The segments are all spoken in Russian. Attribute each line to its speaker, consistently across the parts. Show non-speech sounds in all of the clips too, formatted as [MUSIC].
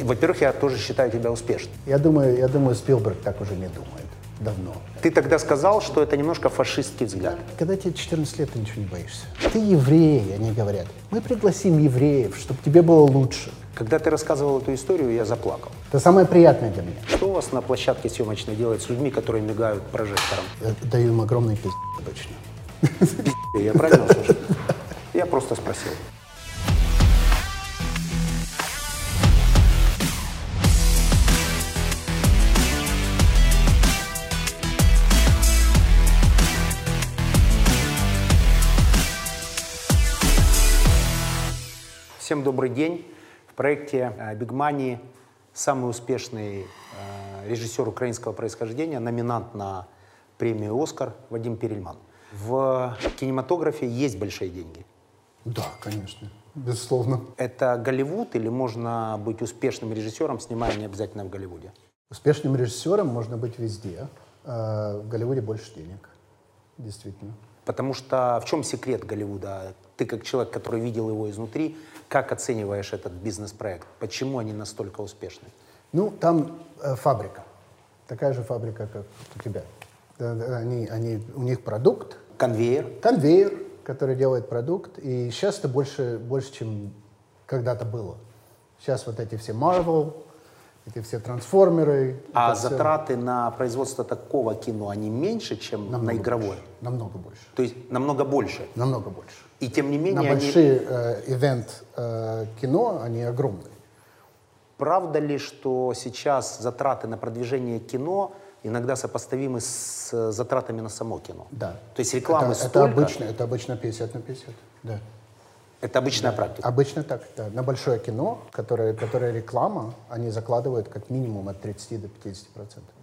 Speaker 1: Во-первых, я тоже считаю тебя успешным.
Speaker 2: Я думаю, я думаю, Спилберг так уже не думает. Давно.
Speaker 1: Ты тогда сказал, что это немножко фашистский взгляд.
Speaker 2: Когда тебе 14 лет, ты ничего не боишься. Ты еврей, они говорят. Мы пригласим евреев, чтобы тебе было лучше.
Speaker 1: Когда ты рассказывал эту историю, я заплакал.
Speaker 2: Это самое приятное для меня.
Speaker 1: Что у вас на площадке съемочной делает с людьми, которые мигают прожектором?
Speaker 2: Я даю им огромный пиздец обычно.
Speaker 1: Я правильно услышал? Я просто спросил. Всем добрый день. В проекте э, Big Money самый успешный э, режиссер украинского происхождения, номинант на премию «Оскар» Вадим Перельман. В кинематографе есть большие деньги.
Speaker 2: Да, конечно. Безусловно.
Speaker 1: Это Голливуд или можно быть успешным режиссером, снимая не обязательно в Голливуде?
Speaker 2: Успешным режиссером можно быть везде. А В Голливуде больше денег. Действительно.
Speaker 1: Потому что в чем секрет Голливуда? Ты как человек, который видел его изнутри, как оцениваешь этот бизнес-проект? Почему они настолько успешны?
Speaker 2: Ну, там э, фабрика. Такая же фабрика, как у тебя. Да, да, Они, они, у них продукт,
Speaker 1: Конвейер,
Speaker 2: конвейер, который делает продукт. И сейчас это больше, больше, чем когда-то было. Сейчас вот эти все Marvel, эти все трансформеры.
Speaker 1: а
Speaker 2: это всё
Speaker 1: затраты на производство такого кино, они меньше, чем на игровое?
Speaker 2: больше, намного больше.
Speaker 1: То есть намного больше.
Speaker 2: Намного больше.
Speaker 1: И тем не
Speaker 2: На
Speaker 1: менее, они-
Speaker 2: большие э, ивент э, кино, они огромные.
Speaker 1: правда ли, что сейчас затраты на продвижение кино иногда сопоставимы с э, затратами на само кино?
Speaker 2: Да.
Speaker 1: То есть рекламы
Speaker 2: это, это
Speaker 1: столько?
Speaker 2: обычно, это обычно 50 на 50. Да.
Speaker 1: Это обычная практика.
Speaker 2: Обычно так, да. На большое кино, которое, которое реклама, они закладывают как минимум от 30 до 50 процентов.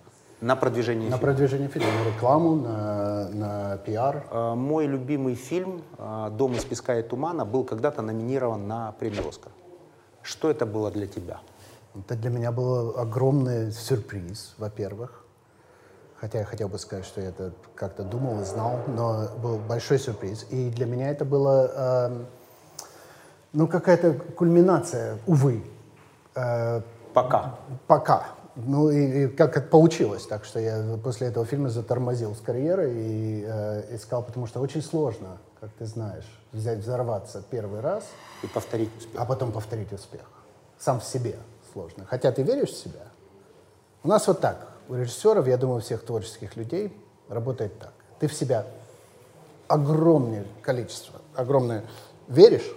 Speaker 1: На продвижение фильма.
Speaker 2: На продвижение фильма, на рекламу, на, на пиар.
Speaker 1: Э, Мой любимый фильм э, «Дом из песка и тумана» был когда-то номинирован на премию «Оскар». Что это было для тебя?
Speaker 2: Это для меня был огромный сюрприз, во-первых. Хотя я хотел бы сказать, что я это как-то думал и знал, но был большой сюрприз. И для меня это было, эм, ну, какая-то кульминация, увы, э,
Speaker 1: Пока.
Speaker 2: пока. Ну, и, и как это получилось. Так что я после этого фильма затормозил с карьерой и э, искал, потому что очень сложно, как ты знаешь, взять взорваться первый раз
Speaker 1: И повторить успех.
Speaker 2: а потом повторить успех. Сам в себе сложно. Хотя ты веришь в себя. У нас вот так. У режиссеров, я думаю, у всех творческих людей работает так. Ты в себя огромное количество, огромное веришь,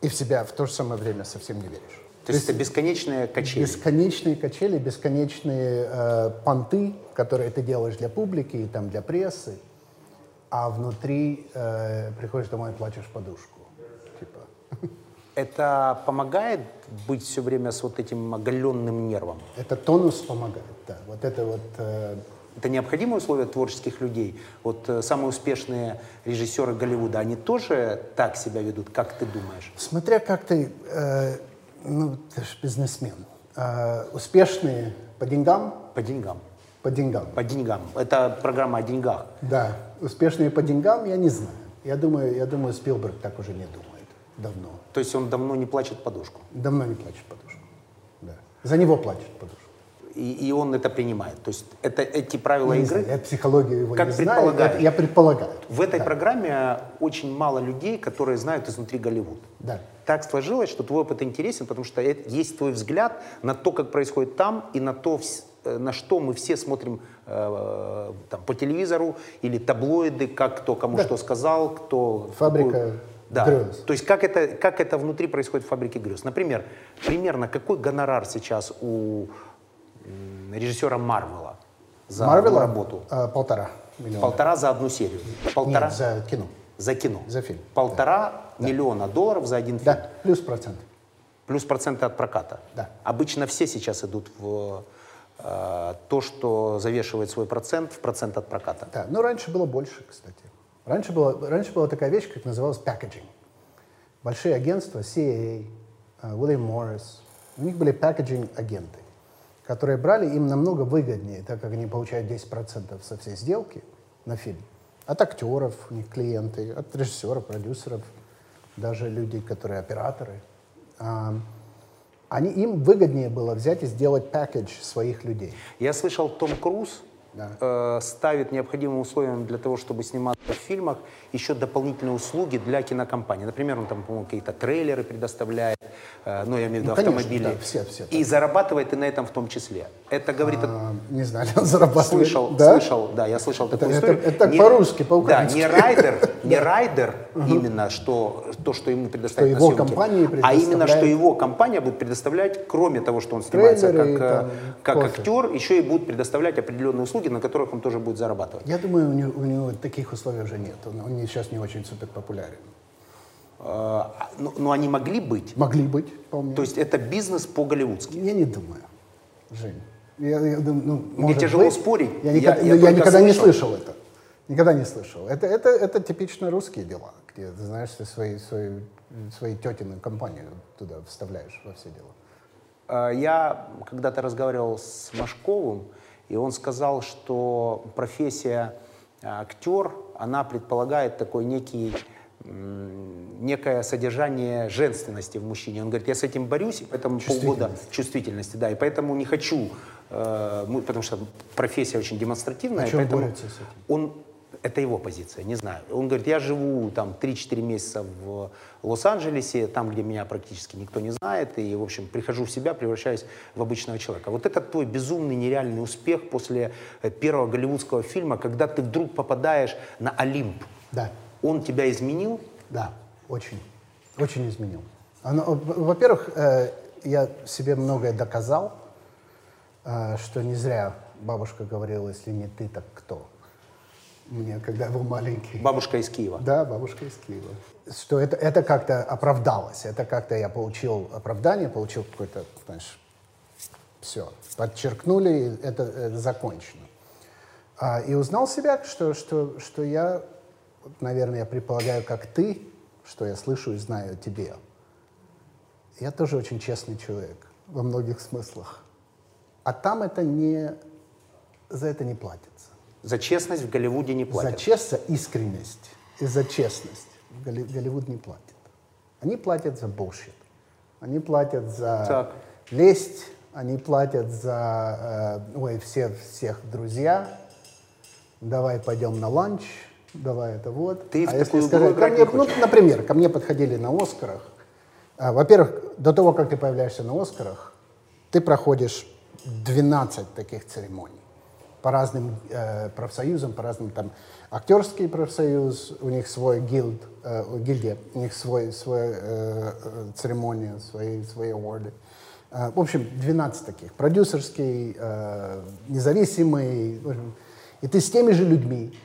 Speaker 2: и в себя в то же самое время совсем не веришь.
Speaker 1: То есть это бесконечные качели.
Speaker 2: Бесконечные качели, бесконечные э, понты, которые ты делаешь для публики и там для прессы, а внутри э, приходишь домой и плачешь в подушку. Типа,
Speaker 1: Это помогает быть все время с вот этим оголенным нервом?
Speaker 2: Это тонус помогает, да. Вот это вот... э,
Speaker 1: Это необходимые условия творческих людей? Вот э, самые успешные режиссеры Голливуда, они тоже так себя ведут, как ты думаешь?
Speaker 2: смотря как ты... э, ну, ты же бизнесмен. Э, успешные по деньгам?
Speaker 1: По деньгам.
Speaker 2: По деньгам.
Speaker 1: По деньгам. Это программа о деньгах.
Speaker 2: Да. Успешные по деньгам я не знаю. Я думаю, я думаю, Спилберг так уже не думает. Давно.
Speaker 1: То есть он давно не плачет подушку.
Speaker 2: Давно не плачет подушку. Да. За него плачет подушку.
Speaker 1: И, и он это принимает. То есть это эти правила
Speaker 2: Ну, Не
Speaker 1: игры.
Speaker 2: знаю, я психологию его
Speaker 1: Как
Speaker 2: не знаю.
Speaker 1: предполагаю.
Speaker 2: Я, я предполагаю.
Speaker 1: В этой программе очень мало людей, которые знают изнутри Голливуд.
Speaker 2: Да.
Speaker 1: Так сложилось, что твой опыт интересен, потому что это- есть твой взгляд на то, как происходит там, и на то, вс- э, на что мы все смотрим э, там, по телевизору или таблоиды, как кто кому что сказал, кто...
Speaker 2: Фабрика
Speaker 1: какую- Да.
Speaker 2: грез.
Speaker 1: То есть как это, как это внутри происходит в фабрике грез. Например, примерно какой гонорар сейчас у м, режиссера Марвела за одну
Speaker 2: Марвела
Speaker 1: работу?
Speaker 2: э, полтора миллиона.
Speaker 1: Полтора за одну серию. Полтора
Speaker 2: Нет, за кино.
Speaker 1: за кино.
Speaker 2: за фильм,
Speaker 1: Полтора миллиона долларов за один фильм.
Speaker 2: Да, плюс процент.
Speaker 1: Плюс проценты от проката.
Speaker 2: Да.
Speaker 1: Обычно все сейчас идут в э, то, что завешивает свой процент в процент от проката.
Speaker 2: Да, ну раньше было больше, кстати. Раньше, было, раньше была такая вещь, как называлась packaging. Большие агентства, CAA, э, William Morris, у них были packaging-агенты, которые брали им намного выгоднее, так как они получают 10% со всей сделки на фильм. От актеров, у них клиенты, от режиссеров, продюсеров, даже люди, которые операторы. А, Они, им выгоднее было взять и сделать пакетч своих людей.
Speaker 1: Я слышал, Том Круз э, ставит необходимым условием для того, чтобы сниматься в фильмах, еще дополнительные услуги для кинокомпании. Например, он там, по-моему, какие-то трейлеры предоставляет, э, ну, я имею в виду
Speaker 2: Ну, конечно,
Speaker 1: автомобили.
Speaker 2: да, все- все
Speaker 1: и зарабатывает и на этом в том числе. Это говорит о
Speaker 2: А, не знали, [LAUGHS] он зарабатывает.
Speaker 1: Слышал,
Speaker 2: да?
Speaker 1: слышал, да, я слышал такую
Speaker 2: это-
Speaker 1: историю.
Speaker 2: это так
Speaker 1: Не-
Speaker 2: по-русски,
Speaker 1: Да,
Speaker 2: по-украински.
Speaker 1: не райдер,
Speaker 2: [LAUGHS]
Speaker 1: не райдер именно, что то, что ему предоставляет
Speaker 2: его
Speaker 1: на съемке,
Speaker 2: компании
Speaker 1: а именно, что
Speaker 2: предоставляет-
Speaker 1: его компания будет предоставлять, кроме того, что он снимается как,
Speaker 2: Трейлеры и
Speaker 1: э,
Speaker 2: там
Speaker 1: как
Speaker 2: кофе.
Speaker 1: актер, еще и будут предоставлять определенные услуги, на которых он тоже будет зарабатывать.
Speaker 2: Я думаю, у него, у него таких условий уже нет. Он, он не- сейчас не очень супер популярен.
Speaker 1: Э, Но, но они могли быть.
Speaker 2: Могли быть, вполне.
Speaker 1: То есть это бизнес по-голливудски.
Speaker 2: Я не думаю, Жень. Я, я думаю, ну, может
Speaker 1: тяжело
Speaker 2: быть.
Speaker 1: спорить.
Speaker 2: Я
Speaker 1: Я-
Speaker 2: никогда,
Speaker 1: я
Speaker 2: я
Speaker 1: только
Speaker 2: никогда не
Speaker 1: слышал.
Speaker 2: слышал это. Никогда не слышал. Это, это, это типично русские дела, где ты знаешь, ты свои, свои, свои тетину компанию туда вставляешь во все дела.
Speaker 1: Э, Я когда-то разговаривал с Машковым, и он сказал, что профессия э, актер, она предполагает такой некий м, некое содержание женственности в мужчине. Он говорит, я с этим борюсь, и поэтому полгода чувствительности, да, и поэтому не хочу, э, мы- потому что профессия очень демонстративная,
Speaker 2: А
Speaker 1: и
Speaker 2: чем
Speaker 1: поэтому
Speaker 2: борется с этим?
Speaker 1: он, это его позиция, не знаю. Он говорит, я живу там 3-4 месяца в Лос-Анджелесе, там, где меня практически никто не знает, и, в общем, прихожу в себя, превращаюсь в обычного человека. Вот это твой безумный, нереальный успех после э, первого голливудского фильма, когда ты вдруг попадаешь на Олимп.
Speaker 2: Да,
Speaker 1: Он тебя изменил?
Speaker 2: да, очень, очень изменил. Оно- в- во-первых, э, я себе многое доказал, э, что не зря бабушка говорила, если не ты, так кто? Мне, когда я был маленький.
Speaker 1: Бабушка из Киева.
Speaker 2: Да, бабушка из Киева. Что это, это как-то оправдалось, это как-то я получил оправдание, получил какой-то, знаешь, все. Подчеркнули, и это, это закончено. А, и узнал себя, что, что, что я, вот, наверное, я предполагаю, как ты, что я слышу и знаю о тебе. Я тоже очень честный человек во многих смыслах. А там это не... За это не платится.
Speaker 1: За честность в Голливуде не платят.
Speaker 2: За честь, за искренность и за честность Голли- Голливуд не платит. Они платят за bullshit. Они платят за
Speaker 1: Так.
Speaker 2: лесть, они платят за... э, ой, все, всех друзья. Давай пойдем на ланч, давай это вот.
Speaker 1: Ты в
Speaker 2: а
Speaker 1: такую
Speaker 2: если
Speaker 1: игру
Speaker 2: сказать, ко
Speaker 1: играть
Speaker 2: мне,
Speaker 1: не
Speaker 2: ну,
Speaker 1: хочешь?
Speaker 2: например, ко мне подходили на Оскарах. А, во-первых, до того, как ты появляешься на Оскарах, ты проходишь 12 таких церемоний по разным э, профсоюзам, по разным там актерский профсоюз, у них свой гилд, э, о, гильдия, у них свой, свой э, э, церемония, свои, свои аворды. Э, в общем, 12 таких. Продюсерский, э, независимый. в общем. И ты с теми же людьми,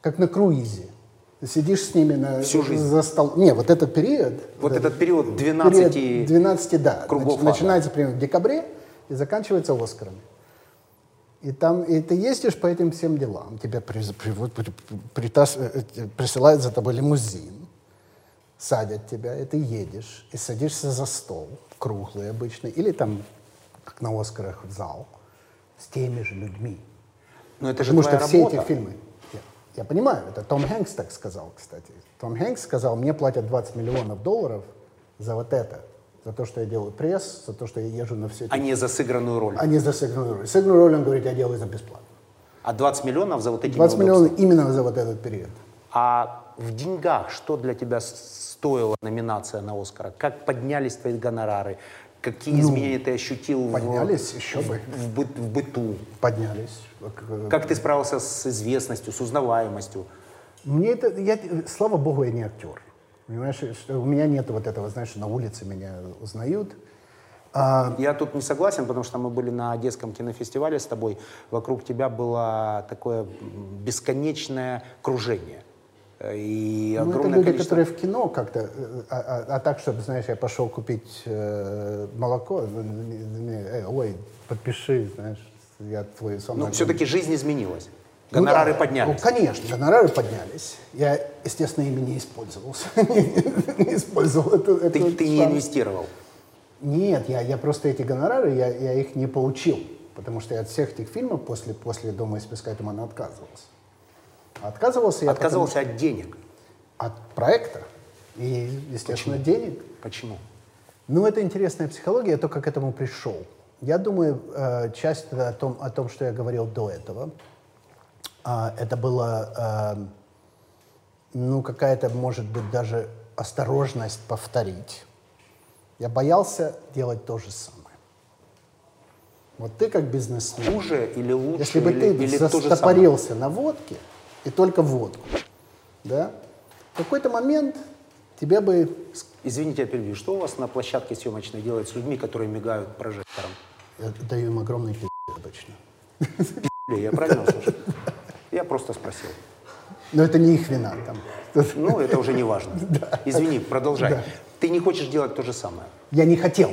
Speaker 2: как на круизе. Ты сидишь с ними на,
Speaker 1: Всю жизнь.
Speaker 2: за столом. Не, вот этот период.
Speaker 1: Вот
Speaker 2: этот
Speaker 1: этот период 12...
Speaker 2: период 12, да.
Speaker 1: кругов
Speaker 2: Нач-
Speaker 1: ада.
Speaker 2: начинается примерно в декабре и заканчивается Оскарами. И там и ты ездишь по этим всем делам. Тебя приз- привод- при- притас- э, э, присылают за тобой лимузин, садят тебя, и ты едешь, и садишься за стол, круглый обычно, или там, как на Оскарах, в зал, с теми же людьми.
Speaker 1: Но это же
Speaker 2: Потому
Speaker 1: твоя
Speaker 2: что все
Speaker 1: работа.
Speaker 2: эти фильмы. Я, я понимаю, это Том Хэнкс так сказал, кстати. Том Хэнкс сказал, мне платят 20 миллионов долларов за вот это. За то, что я делаю пресс, за то, что я езжу на все эти...
Speaker 1: а не за сыгранную роль.
Speaker 2: А не за сыгранную роль. Сыгранную роль, он говорит, я делаю за бесплатно.
Speaker 1: А 20 миллионов за вот эти
Speaker 2: 20
Speaker 1: неудобства.
Speaker 2: миллионов именно за вот этот период.
Speaker 1: А в деньгах что для тебя с- стоила номинация на Оскара? Как поднялись твои гонорары? Какие изменения ты ощутил в-
Speaker 2: Ну, Поднялись, еще бы.
Speaker 1: в, бы- в быту?
Speaker 2: Поднялись. Как-
Speaker 1: Как ты справился с известностью, с узнаваемостью?
Speaker 2: Мне это, я, слава богу, я не актер. Понимаешь, что у меня нет вот этого, знаешь, на улице меня узнают. А.
Speaker 1: Я тут не согласен, потому что мы были на Одесском кинофестивале с тобой. Вокруг тебя было такое м, бесконечное кружение. Э, И
Speaker 2: Ну, это
Speaker 1: огромное
Speaker 2: люди,
Speaker 1: количество...
Speaker 2: которые в кино как-то, э, а, а- а так, чтобы, знаешь, я пошел купить э, молоко, ну, не- не- э, ой, подпиши, знаешь, я твой сам.
Speaker 1: Ну,
Speaker 2: могу.
Speaker 1: все-таки жизнь изменилась.
Speaker 2: Ну да.
Speaker 1: Гонорары
Speaker 2: Ну,
Speaker 1: поднялись.
Speaker 2: конечно, гонорары поднялись. Я, естественно, ими не использовался. [LAUGHS] Не использовал эту-
Speaker 1: Ты,
Speaker 2: эту
Speaker 1: ты не
Speaker 2: шанс.
Speaker 1: инвестировал.
Speaker 2: Нет, я, я просто эти гонорары, я, я их не получил, потому что я от всех этих фильмов после, после «Дома из песка и тумана» отказывался. А Отказывался я потому
Speaker 1: Отказывался от денег.
Speaker 2: что- от проекта и, естественно, денег.
Speaker 1: Почему?
Speaker 2: Ну, это интересная психология, я только к этому пришел. Я думаю, э, часть это о том, о том, что я говорил до этого, А, это было, э, ну, какая-то, может быть, даже осторожность повторить. Я боялся делать то же самое. Вот ты как бизнесмен.
Speaker 1: Хуже или лучше?
Speaker 2: Если бы
Speaker 1: или,
Speaker 2: ты
Speaker 1: или то же самое?
Speaker 2: застопорился на водке и только водку, да, в какой-то момент тебе бы... с-
Speaker 1: Извините, я перебью. Что у вас на площадке съемочной делают с людьми, которые мигают прожектором?
Speaker 2: Я даю им огромный пи*** обычно.
Speaker 1: Бля, Я правильно услышал?
Speaker 2: [LAUGHS]
Speaker 1: Я просто спросил.
Speaker 2: Но это не их вина там.
Speaker 1: Ну, это уже не
Speaker 2: [LAUGHS]
Speaker 1: важно. Извини, продолжай. Ты не хочешь делать то же самое.
Speaker 2: Я не хотел.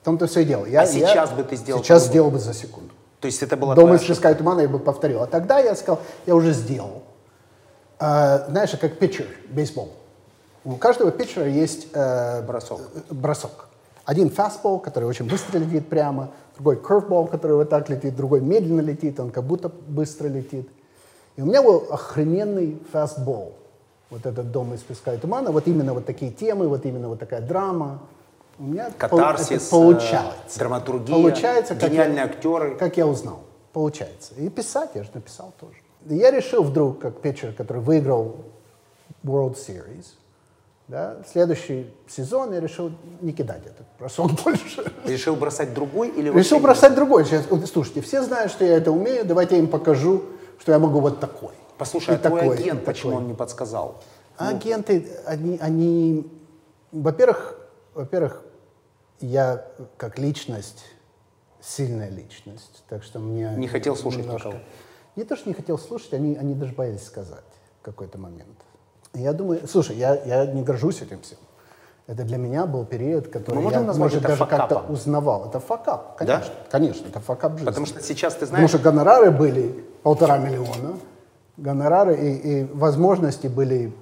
Speaker 2: В том-то все и дело. Я,
Speaker 1: А
Speaker 2: я
Speaker 1: сейчас бы ты сделал
Speaker 2: Сейчас
Speaker 1: по-другому?
Speaker 2: сделал бы за секунду.
Speaker 1: То есть это была
Speaker 2: Дома
Speaker 1: твоя
Speaker 2: из песка и тумана я бы повторил. А тогда я сказал, я уже сделал. А, знаешь, как питчер, бейсбол. У каждого питчера есть э,
Speaker 1: бросок.
Speaker 2: э, бросок. Один фастбол, который очень быстро летит прямо, другой курвбол, который вот так летит, другой медленно летит, он как будто быстро летит. И у меня был охрененный фастбол. Вот этот дом из песка и тумана, вот именно вот такие темы, вот именно вот такая драма. У меня пол- это
Speaker 1: Катарсис, э,
Speaker 2: получалось.
Speaker 1: драматургия,
Speaker 2: получается, как я-
Speaker 1: гениальные актеры.
Speaker 2: как я узнал, получается. И писать я же написал тоже. И я решил вдруг, как питчер, который выиграл World Series, да, в следующий сезон я решил не кидать этот бросок больше.
Speaker 1: Решил бросать другой или вообще
Speaker 2: Решил
Speaker 1: не
Speaker 2: бросать другой. Сейчас, вот, слушайте, все знают, что я это умею, давайте я им покажу, что я могу вот такой.
Speaker 1: бросать? Послушай, а
Speaker 2: И
Speaker 1: твой
Speaker 2: такой, и
Speaker 1: агент, почему
Speaker 2: такой.
Speaker 1: он не подсказал?
Speaker 2: А агенты, они, они во-первых, во-первых, я как личность, сильная личность, так что мне...
Speaker 1: Не хотел слушать никого.
Speaker 2: Не то, что не хотел слушать, они, они даже боялись сказать в какой-то момент. Я думаю, слушай, я, я не горжусь этим всем. Это для меня был период, который
Speaker 1: Мы можем
Speaker 2: я,
Speaker 1: Ну, назвать
Speaker 2: может,
Speaker 1: это
Speaker 2: даже как-то
Speaker 1: факапом?
Speaker 2: узнавал. Это факап,
Speaker 1: Да?
Speaker 2: конечно. Конечно, это факап жизни.
Speaker 1: Потому что сейчас ты
Speaker 2: Потому
Speaker 1: знаешь,
Speaker 2: что гонорары были полтора миллиона, гонорары и, и возможности были,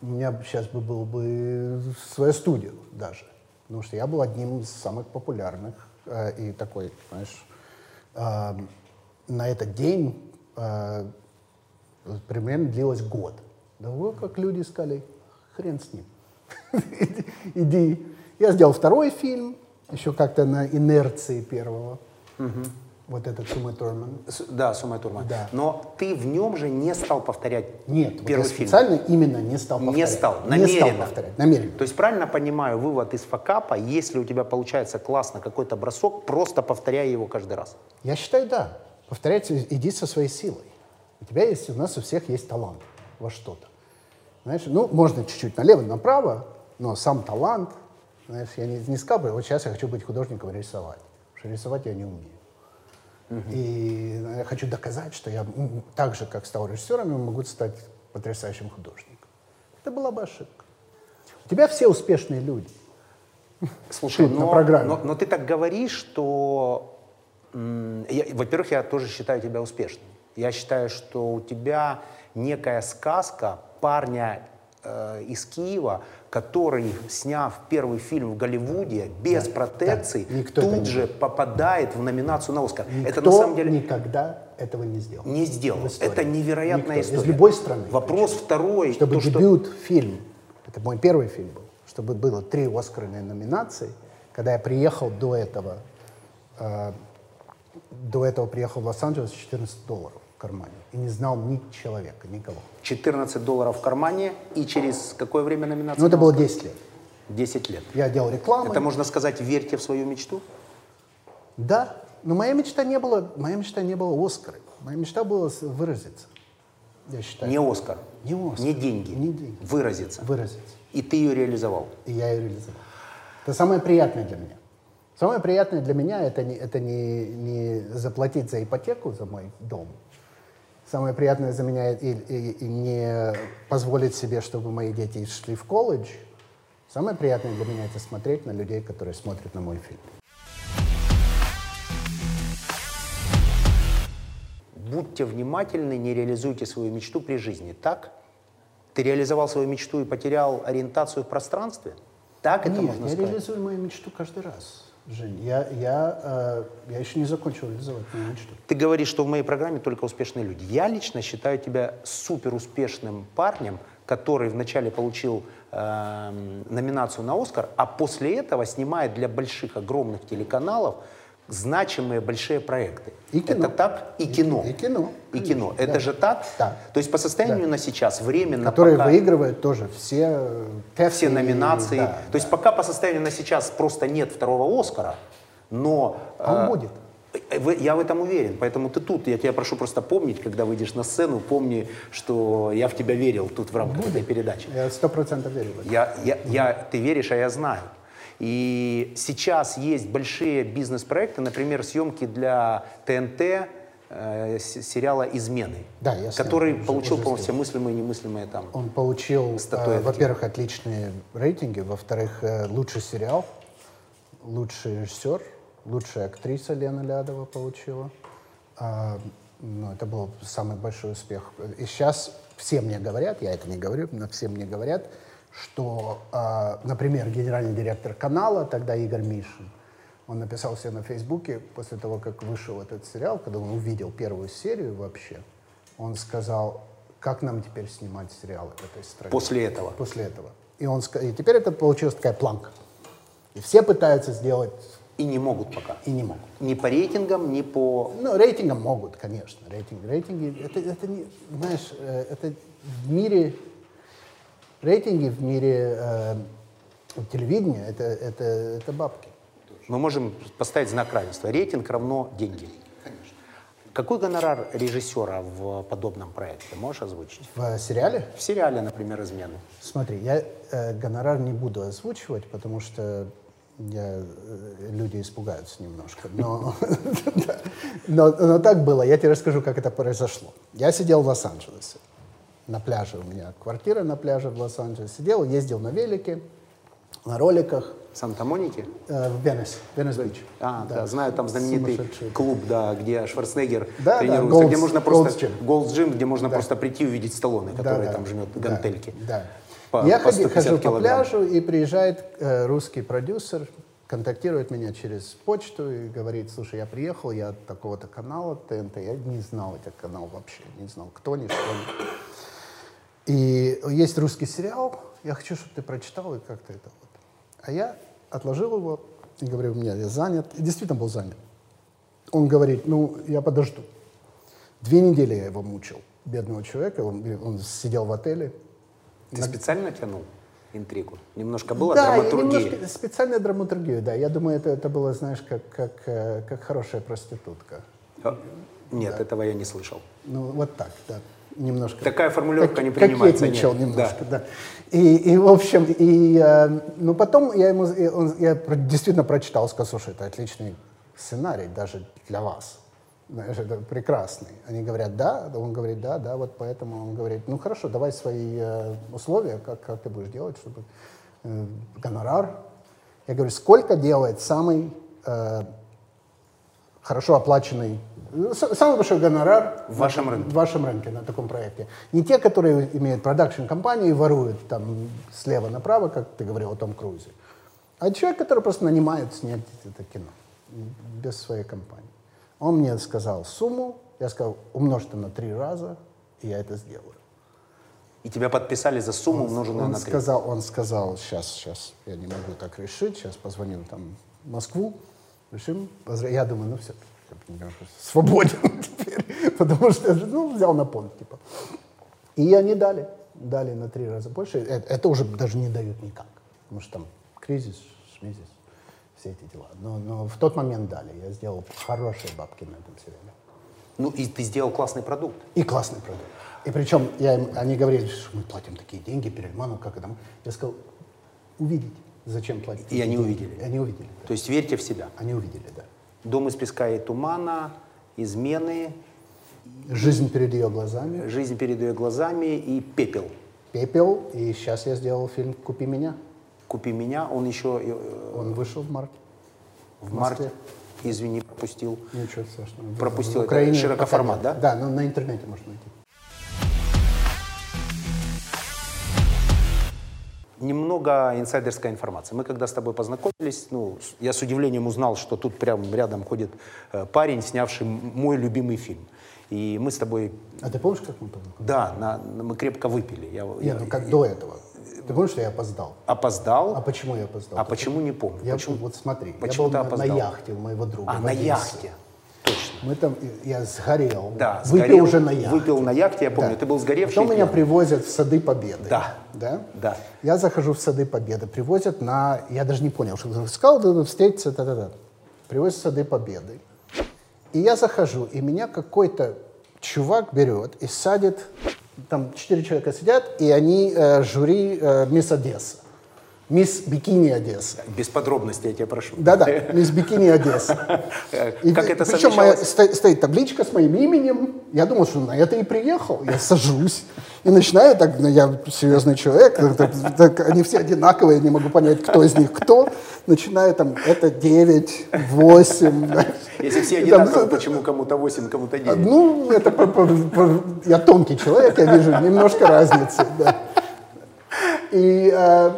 Speaker 2: у меня сейчас бы был бы своя студия даже, потому что я был одним из самых популярных э, и такой, знаешь, э, на этот день э, примерно длилось год. Да вот как люди искали, хрен с ним. [LAUGHS] Иди- Иди. Я сделал второй фильм, еще как-то на инерции первого. Вот этот Тума Турман.
Speaker 1: с- да, Сумма Турман.
Speaker 2: Да.
Speaker 1: Но ты в нем же не стал повторять
Speaker 2: Нет, вот я
Speaker 1: первый фильм.
Speaker 2: специально именно не стал
Speaker 1: Не
Speaker 2: повторять.
Speaker 1: стал,
Speaker 2: Не стал
Speaker 1: намеренно.
Speaker 2: повторять, намеренно.
Speaker 1: То есть правильно понимаю вывод из факапа, если у тебя получается классно какой-то бросок, просто повторяй его каждый раз.
Speaker 2: Я считаю, да. Повторять, и- иди со своей силой. У тебя есть, у нас у всех есть талант во что-то. Знаешь, ну, можно чуть-чуть налево, направо, но сам талант, знаешь, я не, не скажу, вот сейчас я хочу быть художником и рисовать. Потому что рисовать я не умею. И э, я хочу доказать, что я м, так же, как стал режиссером, я могу стать потрясающим художником. Это была бы ошибка. У тебя все успешные люди.
Speaker 1: Слушай,
Speaker 2: Ты на
Speaker 1: но,
Speaker 2: программе.
Speaker 1: но- но ты так говоришь, что, м, я- во-первых, я тоже считаю тебя успешным. Я считаю, что у тебя некая сказка парня э, из Киева, который, сняв первый фильм в Голливуде без протекций,
Speaker 2: да, никто это
Speaker 1: тут
Speaker 2: не
Speaker 1: же попадает в номинацию на Оскар. это на
Speaker 2: Кто
Speaker 1: самом деле
Speaker 2: никогда этого не сделал.
Speaker 1: не сделал.
Speaker 2: в истории.
Speaker 1: Это невероятная
Speaker 2: Никто. Из
Speaker 1: история.
Speaker 2: любой страны.
Speaker 1: Вопрос второй,
Speaker 2: чтобы
Speaker 1: то, что
Speaker 2: дебют фильм, это мой первый фильм был, чтобы было три Оскарные номинации, когда я приехал до этого, э, до этого приехал в Лос-Анджелес 14 долларов в кармане и не знал ни человека, никого.
Speaker 1: 14 долларов в кармане и через какое время номинация?
Speaker 2: Но Ну, это было 10 лет.
Speaker 1: 10 лет.
Speaker 2: Я делал рекламу.
Speaker 1: Это можно сказать, верьте в свою мечту?
Speaker 2: Да, но моя мечта не была, моя мечта не была Оскары. Моя мечта была с- выразиться. Я считаю.
Speaker 1: Не Оскар.
Speaker 2: Не Оскар.
Speaker 1: Не деньги.
Speaker 2: Не деньги.
Speaker 1: Выразиться.
Speaker 2: Выразиться.
Speaker 1: И ты ее реализовал.
Speaker 2: и я ее реализовал. Это самое приятное для меня. Самое приятное для меня это не, это не, не заплатить за ипотеку за мой дом. Самое приятное за меня и, и- и не позволить себе, чтобы мои дети шли в колледж. Самое приятное для меня это смотреть на людей, которые смотрят на мой фильм.
Speaker 1: Будьте внимательны, не реализуйте свою мечту при жизни. Так? Ты реализовал свою мечту и потерял ориентацию в пространстве? Так это
Speaker 2: Нет,
Speaker 1: можно
Speaker 2: я
Speaker 1: сказать?
Speaker 2: реализую мою мечту каждый раз, Жень. Я, я, э, я еще не закончил реализовать мою мечту.
Speaker 1: Ты говоришь, что в моей программе только успешные люди. Я лично считаю тебя супер успешным парнем, который вначале получил э, номинацию на Оскар, а после этого снимает для больших, огромных телеканалов значимые большие проекты.
Speaker 2: И кино.
Speaker 1: Это так и кино.
Speaker 2: И кино.
Speaker 1: И
Speaker 2: Конечно,
Speaker 1: кино.
Speaker 2: да.
Speaker 1: Это же так.
Speaker 2: Да.
Speaker 1: То есть по состоянию на сейчас, временно,
Speaker 2: которые
Speaker 1: пока-
Speaker 2: выигрывают тоже все э, TEFI,
Speaker 1: все номинации.
Speaker 2: да.
Speaker 1: То есть пока по состоянию на сейчас просто нет второго Оскара, но...
Speaker 2: А он
Speaker 1: э,
Speaker 2: будет.
Speaker 1: э, в- Я в этом уверен, поэтому ты тут. Я тебя прошу просто помнить, когда выйдешь на сцену, помни, что я в тебя верил тут в рамках этой передачи.
Speaker 2: Я сто процентов верю в это.
Speaker 1: Я, я, я, ты веришь, а я знаю. И сейчас есть большие бизнес-проекты, например, съемки для ТНТ э, с- сериала «Измены»,
Speaker 2: Да, я снял,
Speaker 1: который
Speaker 2: уже-
Speaker 1: получил,
Speaker 2: уже
Speaker 1: по-моему,
Speaker 2: сделал.
Speaker 1: все мыслимые и немыслимые там.
Speaker 2: Он получил, э,
Speaker 1: Статуэтки.
Speaker 2: во-первых, отличные рейтинги, во-вторых, э, лучший сериал, лучший режиссер, лучшая актриса Лена Лядова получила. А, ну, это был самый большой успех. И сейчас все мне говорят, я это не говорю, но все мне говорят, что, а, например, генеральный директор канала, тогда Игорь Мишин, он написал себе на Фейсбуке после того, как вышел этот сериал, когда он увидел первую серию вообще, он сказал, как нам теперь снимать сериалы в этой стране.
Speaker 1: После этого.
Speaker 2: После этого. И, он, ска- и теперь это получилась такая планка. И все пытаются сделать,
Speaker 1: И не могут пока.
Speaker 2: и не могут.
Speaker 1: Ни по рейтингам, ни по...
Speaker 2: Ну, рейтингом могут, конечно. Рейтинг, рейтинги, это, это не, знаешь, э, это в мире, рейтинги в мире э, телевидения, это, это, это бабки.
Speaker 1: Мы можем поставить знак равенства. Рейтинг равно деньги. Конечно. Какой гонорар режиссера в подобном проекте? Можешь озвучить?
Speaker 2: В э, сериале
Speaker 1: В сериале, например, «Измены».
Speaker 2: Смотри, я э, гонорар не буду озвучивать, потому что я, э, люди испугаются немножко. Но, [LAUGHS] да. но, но так было. Я тебе расскажу, как это произошло. Я сидел в Лос-Анджелесе. На пляже у меня квартира на пляже в Лос-Анджелесе. Сидел, ездил на велике, на роликах
Speaker 1: В Санта-Монике?
Speaker 2: э, в Венес, Венес-Бич.
Speaker 1: А, да. знаю, там знаменитый
Speaker 2: Сумасшедший.
Speaker 1: клуб, да, где Шварценеггер
Speaker 2: Да, да,
Speaker 1: тренируется, где
Speaker 2: Gold's-
Speaker 1: можно просто...
Speaker 2: Gold's Gym.
Speaker 1: Gold's Gym, где можно просто прийти и увидеть Сталлоне,
Speaker 2: Да,
Speaker 1: который
Speaker 2: да.
Speaker 1: там жмет
Speaker 2: Да,
Speaker 1: гантельки.
Speaker 2: Да.
Speaker 1: По-
Speaker 2: я
Speaker 1: по
Speaker 2: ходи-
Speaker 1: 150
Speaker 2: хожу по
Speaker 1: килограмм.
Speaker 2: пляжу, и приезжает э, русский продюсер, контактирует меня через почту и говорит, слушай, я приехал, я от такого-то канала ТНТ, я не знал этот канал вообще, не знал, кто ни что ни. И есть русский сериал, я хочу, чтобы ты прочитал и как-то это вот. А я отложил его и говорю, у меня я занят. И действительно был занят. Он говорит, ну, я подожду. Две недели я его мучил, бедного человека. Он, он сидел в отеле.
Speaker 1: Ты специально тянул интригу? Немножко было
Speaker 2: да, я
Speaker 1: драматургии?
Speaker 2: немножко- специальная драматургия, да. Я думаю, это, это было, знаешь, как, как, э, как хорошая проститутка.
Speaker 1: А, Нет, этого я не слышал.
Speaker 2: Ну, вот так, да. Немножко.
Speaker 1: Такая формулировка не
Speaker 2: Как-
Speaker 1: принимается. нет.
Speaker 2: кокетничал
Speaker 1: Да.
Speaker 2: немножко, да. И, и, в общем, и, э, ну, потом я ему, и он- я про- действительно прочитал, сказал, слушай, это отличный сценарий даже для вас. Знаешь, это прекрасный. Они говорят, да, он говорит, да, да, вот поэтому он говорит, ну, хорошо, давай свои э, условия, как, как ты будешь делать, чтобы э, гонорар. Я говорю, сколько делает самый э, хорошо оплаченный, э, с- самый большой гонорар
Speaker 1: В вашем рынке.
Speaker 2: в вашем рынке на таком проекте. Не те, которые имеют продакшн-компании и воруют там слева направо, как ты говорил о Том Крузе, а человек, который просто нанимает снять это кино м, без своей компании. Он мне сказал сумму, я сказал, умножь это на три раза, и я это сделаю.
Speaker 1: И тебя подписали за сумму, умноженную
Speaker 2: Он
Speaker 1: на три.
Speaker 2: сказал, он сказал, сейчас, сейчас, я не могу так решить, сейчас позвоню там в Москву, решим. Возра- Я думаю, ну все, я немножко свободен [LAUGHS] теперь, потому что, ну, взял на понт, типа. И они дали, дали на три раза больше. Э- Это, уже даже не дают никак, потому что там кризис, шмизис, все эти дела. Но, но в тот момент дали, я сделал хорошие бабки на этом сериале.
Speaker 1: Ну, и ты сделал классный продукт.
Speaker 2: И классный продукт. И причем я им, они говорили, что мы платим такие деньги Перельману, как это. Я сказал, увидеть, зачем платить.
Speaker 1: И они
Speaker 2: эти
Speaker 1: увидели.
Speaker 2: И они увидели, да.
Speaker 1: То есть верьте в себя.
Speaker 2: Они увидели, да.
Speaker 1: Дом из песка и тумана, измены,
Speaker 2: Жизнь перед ее глазами,
Speaker 1: жизнь перед ее глазами и пепел.
Speaker 2: пепел, и сейчас я сделал фильм «Купи меня».
Speaker 1: Купи меня, он еще э,
Speaker 2: Он вышел в марте.
Speaker 1: в
Speaker 2: Москве.
Speaker 1: марте, извини, пропустил.
Speaker 2: Ничего страшного.
Speaker 1: Пропустил
Speaker 2: В
Speaker 1: это.
Speaker 2: Украине
Speaker 1: Широкоформат,
Speaker 2: пока нет.
Speaker 1: да?
Speaker 2: Да, но на интернете можно найти.
Speaker 1: Немного инсайдерской информации. Мы когда с тобой познакомились, ну, с- я с удивлением узнал, что тут прям рядом ходит э, парень, снявший м- мой любимый фильм. И мы с тобой,
Speaker 2: А ты помнишь, как мы познакомились?
Speaker 1: да, на- на- мы крепко выпили. Я, я
Speaker 2: Нет, ну как до этого. Ты помнишь, что я опоздал?
Speaker 1: опоздал,
Speaker 2: А
Speaker 1: а,
Speaker 2: почему я опоздал? Ты
Speaker 1: почему не помню?
Speaker 2: Я,
Speaker 1: почему?
Speaker 2: Вот смотри, я
Speaker 1: почему
Speaker 2: был
Speaker 1: ты
Speaker 2: на, на
Speaker 1: опоздал?
Speaker 2: яхте у моего друга.
Speaker 1: а,
Speaker 2: в
Speaker 1: на
Speaker 2: Одессе.
Speaker 1: яхте. Точно.
Speaker 2: Мы там, и- я сгорел.
Speaker 1: Да,
Speaker 2: выпил
Speaker 1: сгорел,
Speaker 2: уже на яхте.
Speaker 1: Выпил на яхте, я помню.
Speaker 2: Да.
Speaker 1: Ты был сгоревший.
Speaker 2: Потом
Speaker 1: и
Speaker 2: меня
Speaker 1: пьяный.
Speaker 2: привозят в Сады Победы.
Speaker 1: Да.
Speaker 2: Да?
Speaker 1: Да.
Speaker 2: Я захожу в Сады Победы, привозят на... Я даже не понял, что сказал, да, да, встретиться, да, да, да. Привозят в Сады Победы. И я захожу, и меня какой-то чувак берет и садит... Там четыре человека сидят, и они э, жюри э, «Мисс Одесса». «Мисс Бикини Одесса».
Speaker 1: Без подробностей я тебя прошу.
Speaker 2: Да-да, «Мисс Бикини Одесса».
Speaker 1: Э,
Speaker 2: И
Speaker 1: Как
Speaker 2: ты-
Speaker 1: это
Speaker 2: Причем моя,
Speaker 1: совмещалось?
Speaker 2: сто- стоит табличка с моим именем. Я думал, что на это и приехал. Я сажусь и начинаю так, ну, я серьезный человек, так- так- так они все одинаковые, не могу понять, кто из них кто. Начинаю там, это 9, 8. да.
Speaker 1: Если все
Speaker 2: И там,
Speaker 1: одинаковые,
Speaker 2: ну,
Speaker 1: почему кому-то 8, кому-то 9?
Speaker 2: Ну, это по- по- по- я тонкий человек, я вижу немножко разницы. да. И, э,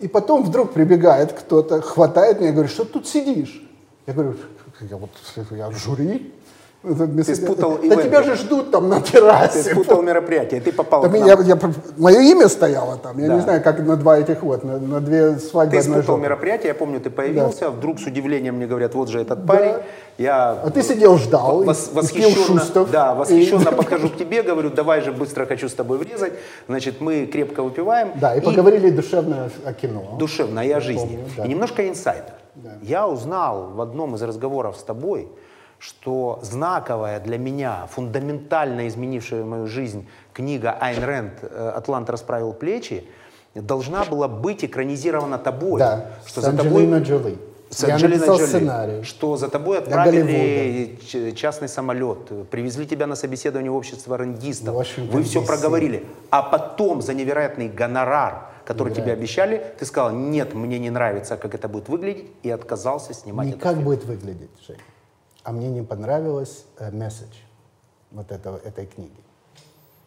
Speaker 2: и потом вдруг прибегает кто-то, хватает меня и говорит, что ты тут сидишь? Я говорю, я вот я в жюри. Ты
Speaker 1: спутал
Speaker 2: Да тебя
Speaker 1: ивенты.
Speaker 2: же ждут там на
Speaker 1: Ты
Speaker 2: террасе.
Speaker 1: спутал мероприятие, ты попал
Speaker 2: Там
Speaker 1: к нам.
Speaker 2: я- я- мое имя стояло там. Я
Speaker 1: Да.
Speaker 2: не знаю, как на два этих вот, на, на две свадьбы.
Speaker 1: Ты
Speaker 2: одной
Speaker 1: спутал
Speaker 2: жопы.
Speaker 1: мероприятие, я помню, ты появился, вдруг с удивлением мне говорят, вот же этот парень. Я
Speaker 2: А ты сидел, ждал, и-
Speaker 1: вос-
Speaker 2: и, пил
Speaker 1: восхищенно,
Speaker 2: шустов.
Speaker 1: да,
Speaker 2: И-
Speaker 1: восхищенно подхожу к тебе, говорю, давай же быстро хочу с тобой врезать. Значит, мы крепко выпиваем.
Speaker 2: Да, и поговорили душевно о- о кино.
Speaker 1: душевно и о жизни.
Speaker 2: помню, да.
Speaker 1: И немножко инсайда. Я узнал в одном из разговоров с тобой, что знаковая для меня, фундаментально изменившая мою жизнь книга Айн Рэнд э, «Атлант расправил плечи» должна была быть экранизирована тобой.
Speaker 2: Да,
Speaker 1: Что
Speaker 2: с
Speaker 1: за тобой
Speaker 2: Анджелиной Джоли.
Speaker 1: с
Speaker 2: я
Speaker 1: Анджелиной
Speaker 2: написал
Speaker 1: Джоли,
Speaker 2: сценарий.
Speaker 1: Что за тобой отправили ч- частный самолет, э, привезли тебя на собеседование в общество рендистов.
Speaker 2: В Вашингтон,
Speaker 1: Вы все
Speaker 2: DC.
Speaker 1: проговорили. А потом за невероятный гонорар, который тебе обещали, ты сказал, нет, мне не нравится, как это будет выглядеть, и отказался снимать
Speaker 2: Не
Speaker 1: это.
Speaker 2: как будет выглядеть, Жень. А мне не понравилось э, месседж вот этого, этой книги.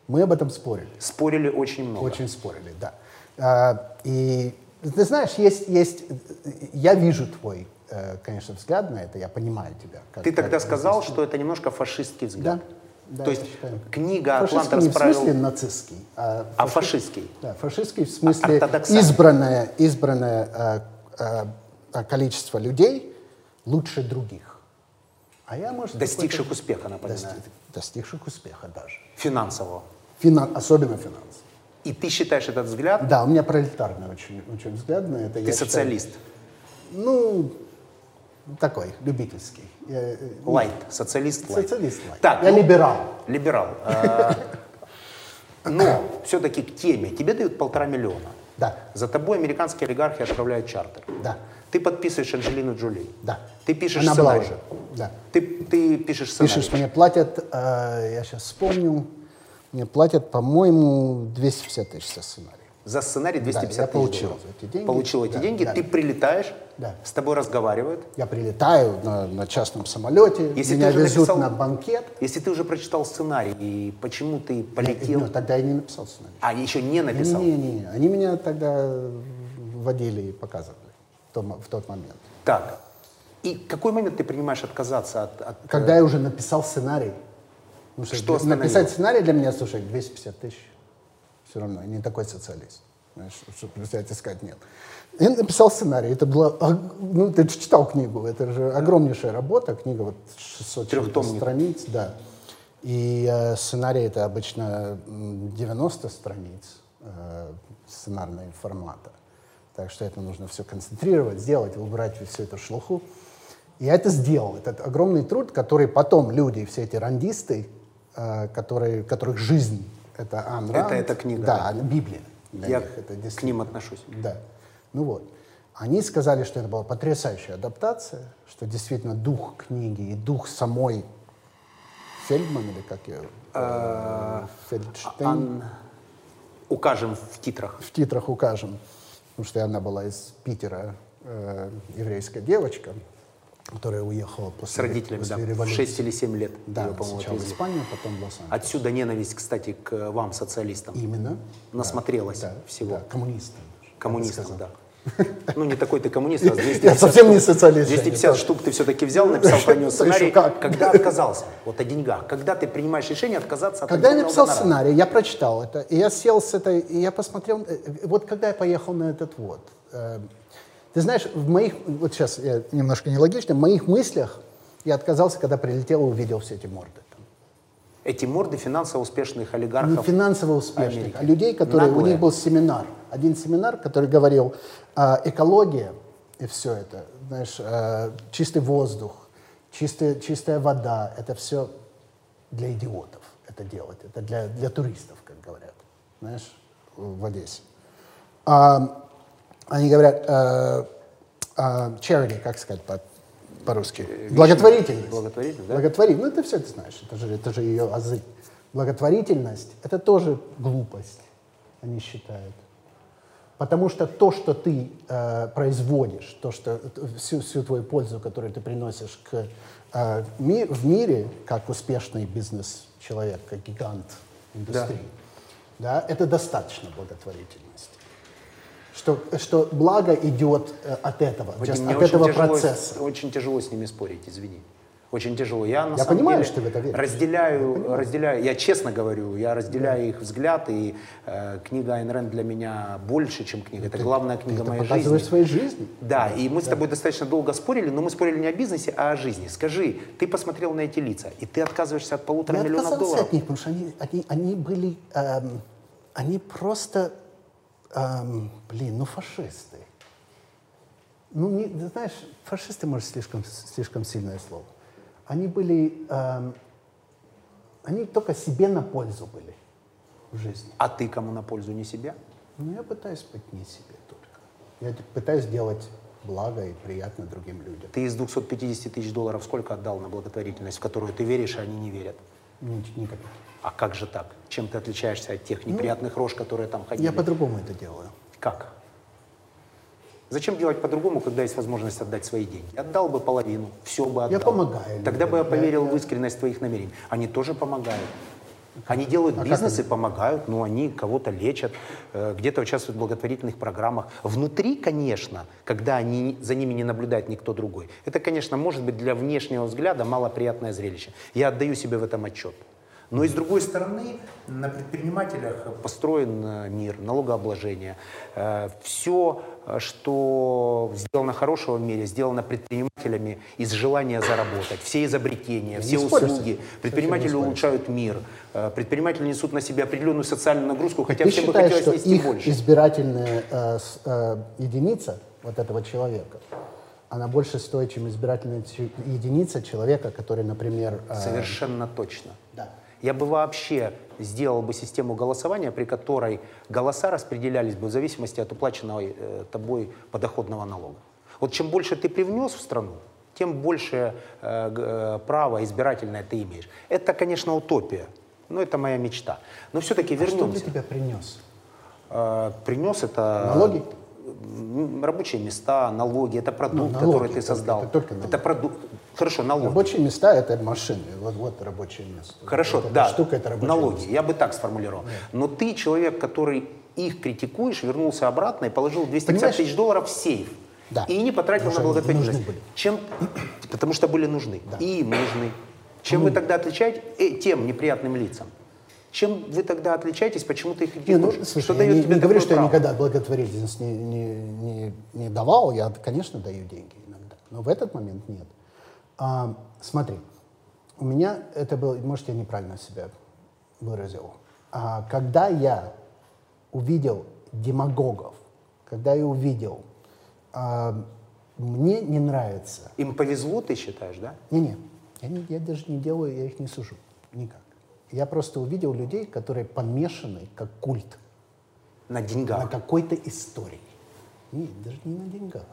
Speaker 2: Мы об этом спорили.
Speaker 1: Спорили очень много.
Speaker 2: Очень спорили, да. А, и ты знаешь, есть, есть, э, я вижу твой, э, конечно, взгляд на это, я понимаю тебя. как-
Speaker 1: Ты тогда
Speaker 2: как-
Speaker 1: сказал, что это немножко фашистский взгляд.
Speaker 2: Да, да,
Speaker 1: То
Speaker 2: я
Speaker 1: есть
Speaker 2: считаю.
Speaker 1: книга «Атлант
Speaker 2: Фашистский не в смысле
Speaker 1: расправил...»
Speaker 2: нацистский, а,
Speaker 1: А
Speaker 2: фаши-
Speaker 1: фашистский.
Speaker 2: Да, фашистский в смысле
Speaker 1: ортодоксальный.
Speaker 2: избранное, избранное э, э, э, количество людей лучше других. А я, может,
Speaker 1: Достигших успеха, напоминаю.
Speaker 2: дости- достигших успеха даже.
Speaker 1: Финансового.
Speaker 2: Финан- особенно финансов.
Speaker 1: И ты считаешь этот взгляд?
Speaker 2: Да, у меня пролетарный очень, очень взгляд на это.
Speaker 1: Ты социалист.
Speaker 2: ну, такой, любительский. Я, э,
Speaker 1: Лайт. Социалист лайт.
Speaker 2: социалист. лайт.
Speaker 1: Так,
Speaker 2: я
Speaker 1: ну,
Speaker 2: либерал.
Speaker 1: Либерал.
Speaker 2: [LAUGHS]
Speaker 1: Э, Но все-таки к теме. Тебе дают полтора миллиона.
Speaker 2: Да,
Speaker 1: За тобой американские олигархи отправляют чартер.
Speaker 2: да,
Speaker 1: Ты подписываешь Анджелину Джоли.
Speaker 2: да.
Speaker 1: Ты пишешь
Speaker 2: Она была
Speaker 1: сценарий.
Speaker 2: уже. Да.
Speaker 1: Ты, ты пишешь сценарий.
Speaker 2: Пишешь, мне платят, э, я сейчас вспомню, мне платят, по-моему, 250 тысяч за сценарий.
Speaker 1: За сценарий 250
Speaker 2: я
Speaker 1: тысяч
Speaker 2: получил
Speaker 1: долларов.
Speaker 2: эти деньги.
Speaker 1: Получил эти
Speaker 2: Да,
Speaker 1: деньги.
Speaker 2: да.
Speaker 1: Ты прилетаешь,
Speaker 2: Да.
Speaker 1: с тобой разговаривают.
Speaker 2: Я прилетаю на, на частном самолете,
Speaker 1: Если ты
Speaker 2: меня
Speaker 1: уже
Speaker 2: везут
Speaker 1: написал-
Speaker 2: на банкет.
Speaker 1: Если ты уже прочитал сценарий, и почему ты полетел,
Speaker 2: Ну, тогда я не написал сценарий.
Speaker 1: а еще не написал,
Speaker 2: Не-не-не, они меня тогда вводили и показывали в том- в тот момент.
Speaker 1: так. И какой момент ты принимаешь отказаться от, от
Speaker 2: Когда я уже написал сценарий. Потому
Speaker 1: Что
Speaker 2: для-
Speaker 1: остановило?
Speaker 2: написать сценарий для меня, слушай, 250 тысяч. Все равно, я не такой социалист. Знаешь, чтобы взять и сказать нет. Я написал сценарий. Это было... ог- Ну, ты же читал книгу. Это же огромнейшая работа. Книга вот 600 чем-то
Speaker 1: Трехтомник.
Speaker 2: страниц. Да. И э, сценарий это обычно м, 90 страниц э, сценарного формата. Так что это нужно все концентрировать, сделать, убрать всю эту шелуху. И Я это сделал. Этот огромный труд, который потом люди, все эти рандисты, э, которые, которых жизнь — это Ан Ранд.
Speaker 1: Это- это книга,
Speaker 2: Да, она- Библия. для
Speaker 1: я
Speaker 2: них. Это
Speaker 1: к
Speaker 2: действительно-
Speaker 1: ним отношусь?
Speaker 2: да. Ну вот. Они сказали, что это была потрясающая адаптация, что действительно дух книги и дух самой Фельдман, или как ее? э, Фельдштейн.
Speaker 1: А, Ан- Укажем в титрах.
Speaker 2: В титрах укажем, потому что она была из Питера, э, еврейская девочка, которая уехала
Speaker 1: С
Speaker 2: после,
Speaker 1: родителями,
Speaker 2: после
Speaker 1: да. В
Speaker 2: революции.
Speaker 1: 6 или 7 лет
Speaker 2: Да,
Speaker 1: ее, по-моему,
Speaker 2: сначала в
Speaker 1: отвезли.
Speaker 2: Испанию, потом в Лос-Анджелес.
Speaker 1: Отсюда ненависть, кстати, к вам, социалистам.
Speaker 2: Именно.
Speaker 1: Насмотрелась
Speaker 2: Да,
Speaker 1: всего.
Speaker 2: да, коммунистам. я бы
Speaker 1: Коммунистам,
Speaker 2: [LAUGHS] сказал.
Speaker 1: да. Ну, не такой ты коммунист, раз 250
Speaker 2: Я совсем не
Speaker 1: штук-
Speaker 2: социалист, Женя,
Speaker 1: 250 штук ты все-таки взял, написал про него
Speaker 2: Еще
Speaker 1: сценарий.
Speaker 2: как.
Speaker 1: Когда отказался? Вот о деньгах. Когда ты принимаешь решение отказаться от
Speaker 2: Когда я
Speaker 1: огромного
Speaker 2: написал
Speaker 1: гонорара?
Speaker 2: сценарий, я прочитал это, и я сел с этой, и я посмотрел, э, э, вот когда я поехал на этот вот, э, ты знаешь, в моих, вот сейчас я немножко нелогично, в моих мыслях я отказался, когда прилетел и увидел все эти морды. там.
Speaker 1: Эти морды финансово успешных
Speaker 2: Не
Speaker 1: олигархов.
Speaker 2: финансово успешных,
Speaker 1: Америки.
Speaker 2: а людей, которые... У
Speaker 1: Наглые.
Speaker 2: них был семинар, один семинар, который говорил а, экология и все это, знаешь, а, чистый воздух, чистая, чистая вода, это все для идиотов это делать, это для, для туристов, как говорят, знаешь, в Одессе. А, они говорят, а, а, charity, как сказать по- по-русски? Благотворительность.
Speaker 1: Э, благотворительность, да?
Speaker 2: Благотворительность, ну это все ты знаешь, это же, это же ее азы. Благотворительность — это тоже глупость, они считают. Потому что то, что ты э, производишь, то, что всю, всю твою пользу, которую ты приносишь к, э, ми- в мире, как успешный бизнес-человек, как гигант индустрии, да, это достаточно благотворительности. Что, что благо идет э, от этого,
Speaker 1: Вадим,
Speaker 2: just
Speaker 1: мне
Speaker 2: от
Speaker 1: очень
Speaker 2: этого
Speaker 1: тяжело-
Speaker 2: процесса.
Speaker 1: Очень тяжело с ними спорить, извини. Очень тяжело. Я, на
Speaker 2: Я
Speaker 1: самом
Speaker 2: понимаю,
Speaker 1: деле
Speaker 2: что ты в это веришь.
Speaker 1: Разделяю, разделяю, я честно говорю, я разделяю их взгляд, и э, книга Айн Рэнд для меня больше, чем книга. Это главная
Speaker 2: Ты
Speaker 1: книга
Speaker 2: это
Speaker 1: моей
Speaker 2: показываешь
Speaker 1: жизни.
Speaker 2: своей жизни.
Speaker 1: Да, и мы с тобой достаточно долго спорили, но мы спорили не о бизнесе, а о жизни. Скажи, ты посмотрел на эти лица, и ты отказываешься от полутора
Speaker 2: Я
Speaker 1: миллионов
Speaker 2: отказался
Speaker 1: долларов.
Speaker 2: от них, потому что они, они, они были, эм, они просто, эм, блин, ну фашисты. Ну, не, ты знаешь, фашисты, может, слишком, слишком сильное слово. Они были, эм, они только себе на пользу были в жизни.
Speaker 1: А ты кому на пользу, не себя?
Speaker 2: Ну, я пытаюсь быть не себе только. Я т- пытаюсь делать благо и приятно другим людям.
Speaker 1: Ты из 250 тысяч долларов сколько отдал на благотворительность, в которую ты веришь, а они не верят?
Speaker 2: Ни- никаких.
Speaker 1: А как же так? Чем ты отличаешься от тех неприятных рож, которые там ходили?
Speaker 2: Ну, Я по-другому это делаю.
Speaker 1: Как? Зачем делать по-другому, когда есть возможность отдать свои деньги? Отдал бы половину, все бы отдал.
Speaker 2: Я помогаю
Speaker 1: Тогда бы я
Speaker 2: людям, я-
Speaker 1: поверил в искренность твоих намерений. Они тоже помогают. Они
Speaker 2: А
Speaker 1: делают бизнес и помогают, но они кого-то лечат, э, где-то участвуют в благотворительных программах. Внутри, конечно, когда они, за ними не наблюдает никто другой, это, конечно, может быть для внешнего взгляда малоприятное зрелище. Я отдаю себе в этом отчет. Но и с другой стороны, на предпринимателях построен э, мир, налогообложение. Все, что сделано хорошего в мире, сделано предпринимателями из желания заработать. Все изобретения, все
Speaker 2: не спорю с
Speaker 1: услуги.
Speaker 2: этим.
Speaker 1: Предприниматели
Speaker 2: Совсем не
Speaker 1: улучшают мир. Э, Предприниматели несут на себя определенную социальную нагрузку, хотя
Speaker 2: Ты
Speaker 1: всем бы
Speaker 2: считаешь,
Speaker 1: хотелось
Speaker 2: что
Speaker 1: нести
Speaker 2: их
Speaker 1: больше.
Speaker 2: избирательная э, с- э, единица вот этого человека, она больше стоит, чем избирательная ч- единица человека, который, например, э,
Speaker 1: Совершенно точно.
Speaker 2: Да.
Speaker 1: Я бы вообще сделал бы систему голосования, при которой голоса распределялись бы в зависимости от уплаченного э, тобой подоходного налога. Вот чем больше ты привнес в страну, тем больше э, г- э, право избирательное ты имеешь. Это, конечно, утопия, но это моя мечта. Но все-таки
Speaker 2: А что для
Speaker 1: вернемся.
Speaker 2: тебя принес?
Speaker 1: Э, принес это...
Speaker 2: Налоги?
Speaker 1: М, Рабочие места, налоги, это продукт,
Speaker 2: налоги
Speaker 1: который ты
Speaker 2: только,
Speaker 1: создал.
Speaker 2: это только налоги.
Speaker 1: Это продукт. Хорошо, налоги.
Speaker 2: Рабочие места это машины, вот, вот рабочее место.
Speaker 1: Хорошо,
Speaker 2: Вот эта
Speaker 1: да,
Speaker 2: Штука это рабочее
Speaker 1: налоги,
Speaker 2: место.
Speaker 1: я бы так сформулировал. Но ты, человек, который их критикуешь, вернулся обратно и положил 250
Speaker 2: Понимаешь?
Speaker 1: тысяч долларов в сейф.
Speaker 2: Да.
Speaker 1: И не потратил на
Speaker 2: Потому что они
Speaker 1: благотворительность.
Speaker 2: нужны были. [CLEARS THROAT]
Speaker 1: Чем? Потому что были нужны. И им нужны. Чем вы тогда отличаете? Э, тем неприятным лицам. Чем вы тогда отличаетесь, почему ты их
Speaker 2: Не, ну,
Speaker 1: критикуешь?
Speaker 2: слушай,
Speaker 1: что
Speaker 2: я
Speaker 1: дает
Speaker 2: не,
Speaker 1: тебе
Speaker 2: не говорю,
Speaker 1: такое
Speaker 2: что я
Speaker 1: право?
Speaker 2: никогда благотворительность не, не, не, не давал. Я, конечно, даю деньги иногда. Но в этот момент нет. А, смотри, у меня это было... Может, я неправильно себя выразил. А, когда я увидел демагогов, когда я увидел... а, мне не нравится...
Speaker 1: Им повезло, ты считаешь, да?
Speaker 2: Не-не, я, не- я даже не делаю, я их не сужу. Никак. Я просто увидел людей, которые помешаны как культ
Speaker 1: На деньгах.
Speaker 2: на какой-то истории. Нет, даже не на деньгах.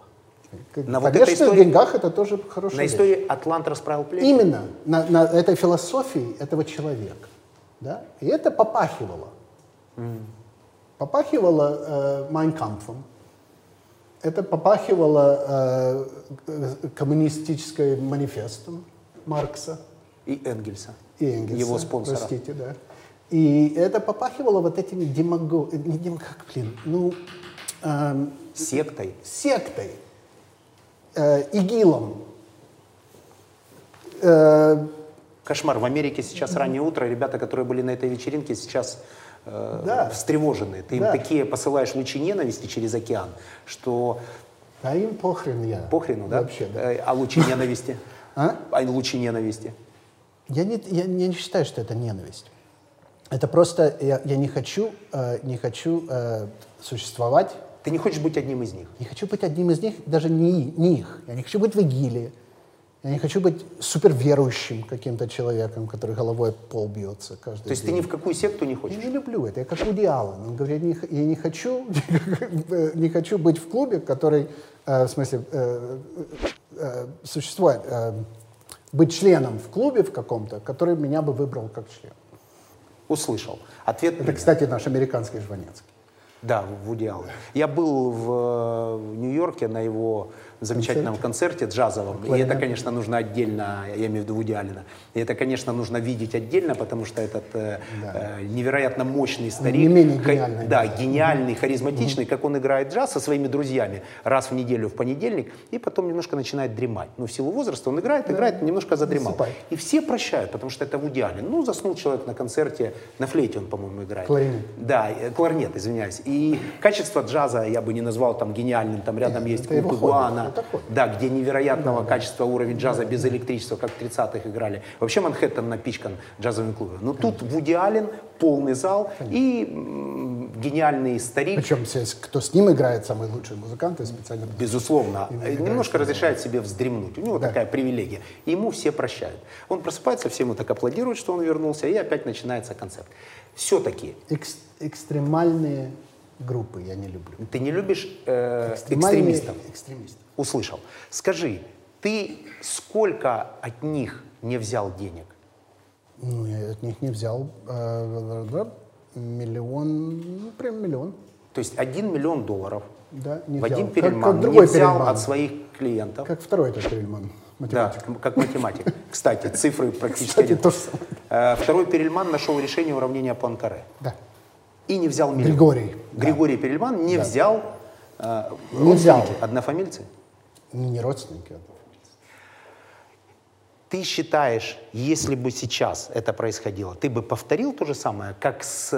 Speaker 2: Как-
Speaker 1: На вот
Speaker 2: Конечно,
Speaker 1: этой истории-
Speaker 2: в деньгах это тоже хорошая
Speaker 1: На
Speaker 2: вещь.
Speaker 1: истории Атлант расправил плечи.
Speaker 2: Именно на, на этой философии этого человека. Да? И это попахивало. Попахивало э, майнкампфом. Это попахивало э, э, коммунистическим манифестом Маркса
Speaker 1: И Энгельса.
Speaker 2: и Энгельса.
Speaker 1: Его спонсора.
Speaker 2: Простите, да. И это попахивало вот этими демаго... э, Не демаг... Блин, ну, эм,
Speaker 1: Сектой.
Speaker 2: сектой, э, игилом, э,
Speaker 1: Кошмар. В Америке сейчас раннее утро. Ребята, которые были на этой вечеринке, сейчас э,
Speaker 2: Да.
Speaker 1: встревожены. Ты им
Speaker 2: Да.
Speaker 1: такие посылаешь лучи ненависти через океан, что
Speaker 2: а им похрен я.
Speaker 1: похрену, да?
Speaker 2: Вообще, да.
Speaker 1: Э, А лучи ненависти?
Speaker 2: [LAUGHS] А?
Speaker 1: А лучи ненависти?
Speaker 2: Я не, я, не- я не считаю, что это ненависть. Это просто я, я не хочу, э, не хочу э, существовать,
Speaker 1: Ты не хочешь быть одним из них?
Speaker 2: не хочу быть одним из них, даже не, и- не их. Я не хочу быть в ИГИЛе, я не хочу быть суперверующим каким-то человеком, который головой об пол бьется каждый
Speaker 1: То есть ты
Speaker 2: день.
Speaker 1: ни в какую секту не хочешь?
Speaker 2: Я не люблю это, я как Вуди Аллен. Он говорит, я не, х- я не хочу, [LAUGHS] не хочу быть в клубе, который, э, в смысле, э, э, существует, э, быть членом в клубе в каком-то, который меня бы выбрал как член.
Speaker 1: Услышал. Ответ
Speaker 2: Это,
Speaker 1: принят.
Speaker 2: кстати, наш американский Жванецкий.
Speaker 1: Да, в Вуди Аллен. Я был в, э, в Нью-Йорке на его замечательном концерте, джазовом. И это, конечно, нужно отдельно, я имею в виду Вуди Аллена. И это, конечно, нужно видеть отдельно, потому что этот э, э, невероятно мощный старик.
Speaker 2: не менее
Speaker 1: ха-
Speaker 2: гениальный
Speaker 1: Да, гениальный, харизматичный, как он играет джаз со своими друзьями раз в неделю в понедельник, и потом немножко начинает дремать. Ну, в силу возраста он играет, играет, немножко задремал.
Speaker 2: Засыпает.
Speaker 1: И все прощают, потому что это Вуди Аллен. Ну, заснул человек на концерте, на флейте он, по-моему, играет.
Speaker 2: Кларинет.
Speaker 1: Да, э, кларнет, извиняюсь. И качество джаза я бы не назвал там гениальным. Там рядом есть
Speaker 2: это его
Speaker 1: клуб
Speaker 2: хобби,
Speaker 1: Игуана,
Speaker 2: это хобби.
Speaker 1: да, где невероятного качества уровень джаза без электричества, как в 30-х играли. Вообще Манхэттен напичкан джазовыми клубами. Но тут Вуди Аллен, полный зал и м, гениальный старик.
Speaker 2: Причем все, с- кто с ним играет, самые лучшие музыканты специально.
Speaker 1: Безусловно, э, немножко разрешает себе вздремнуть. У него такая привилегия. И Ему все прощают. Он просыпается, все ему так аплодируют, что он вернулся, и опять начинается концерт. Все-таки
Speaker 2: Экс- экстремальные группы я не люблю.
Speaker 1: ты не любишь э,
Speaker 2: Экстремальные-
Speaker 1: экстремистов.
Speaker 2: Экстремистов.
Speaker 1: услышал. Скажи, ты сколько от них не взял денег?
Speaker 2: Ну, я от них не взял. э, да, миллион, ну, прям миллион.
Speaker 1: То есть 1 миллион долларов
Speaker 2: Да, не
Speaker 1: Вадим
Speaker 2: взял. Как-
Speaker 1: Перельман
Speaker 2: как
Speaker 1: не
Speaker 2: другой
Speaker 1: взял а
Speaker 2: Перельман.
Speaker 1: от своих клиентов.
Speaker 2: Как второй этот Перельман.
Speaker 1: Да,
Speaker 2: Математик.
Speaker 1: как математик. Кстати, цифры
Speaker 2: [LAUGHS]
Speaker 1: практически
Speaker 2: Кстати, то
Speaker 1: одинаковые.
Speaker 2: же самое.
Speaker 1: Э, Второй Перельман нашел решение уравнения Панкаре.
Speaker 2: Да.
Speaker 1: И не взял миллион.
Speaker 2: Григорий.
Speaker 1: Григорий Перельман не взял э,
Speaker 2: Не взял.
Speaker 1: родственники, однофамильцы.
Speaker 2: Не, не родственники. а это.
Speaker 1: Ты считаешь, если бы сейчас это происходило, ты бы повторил то же самое, как с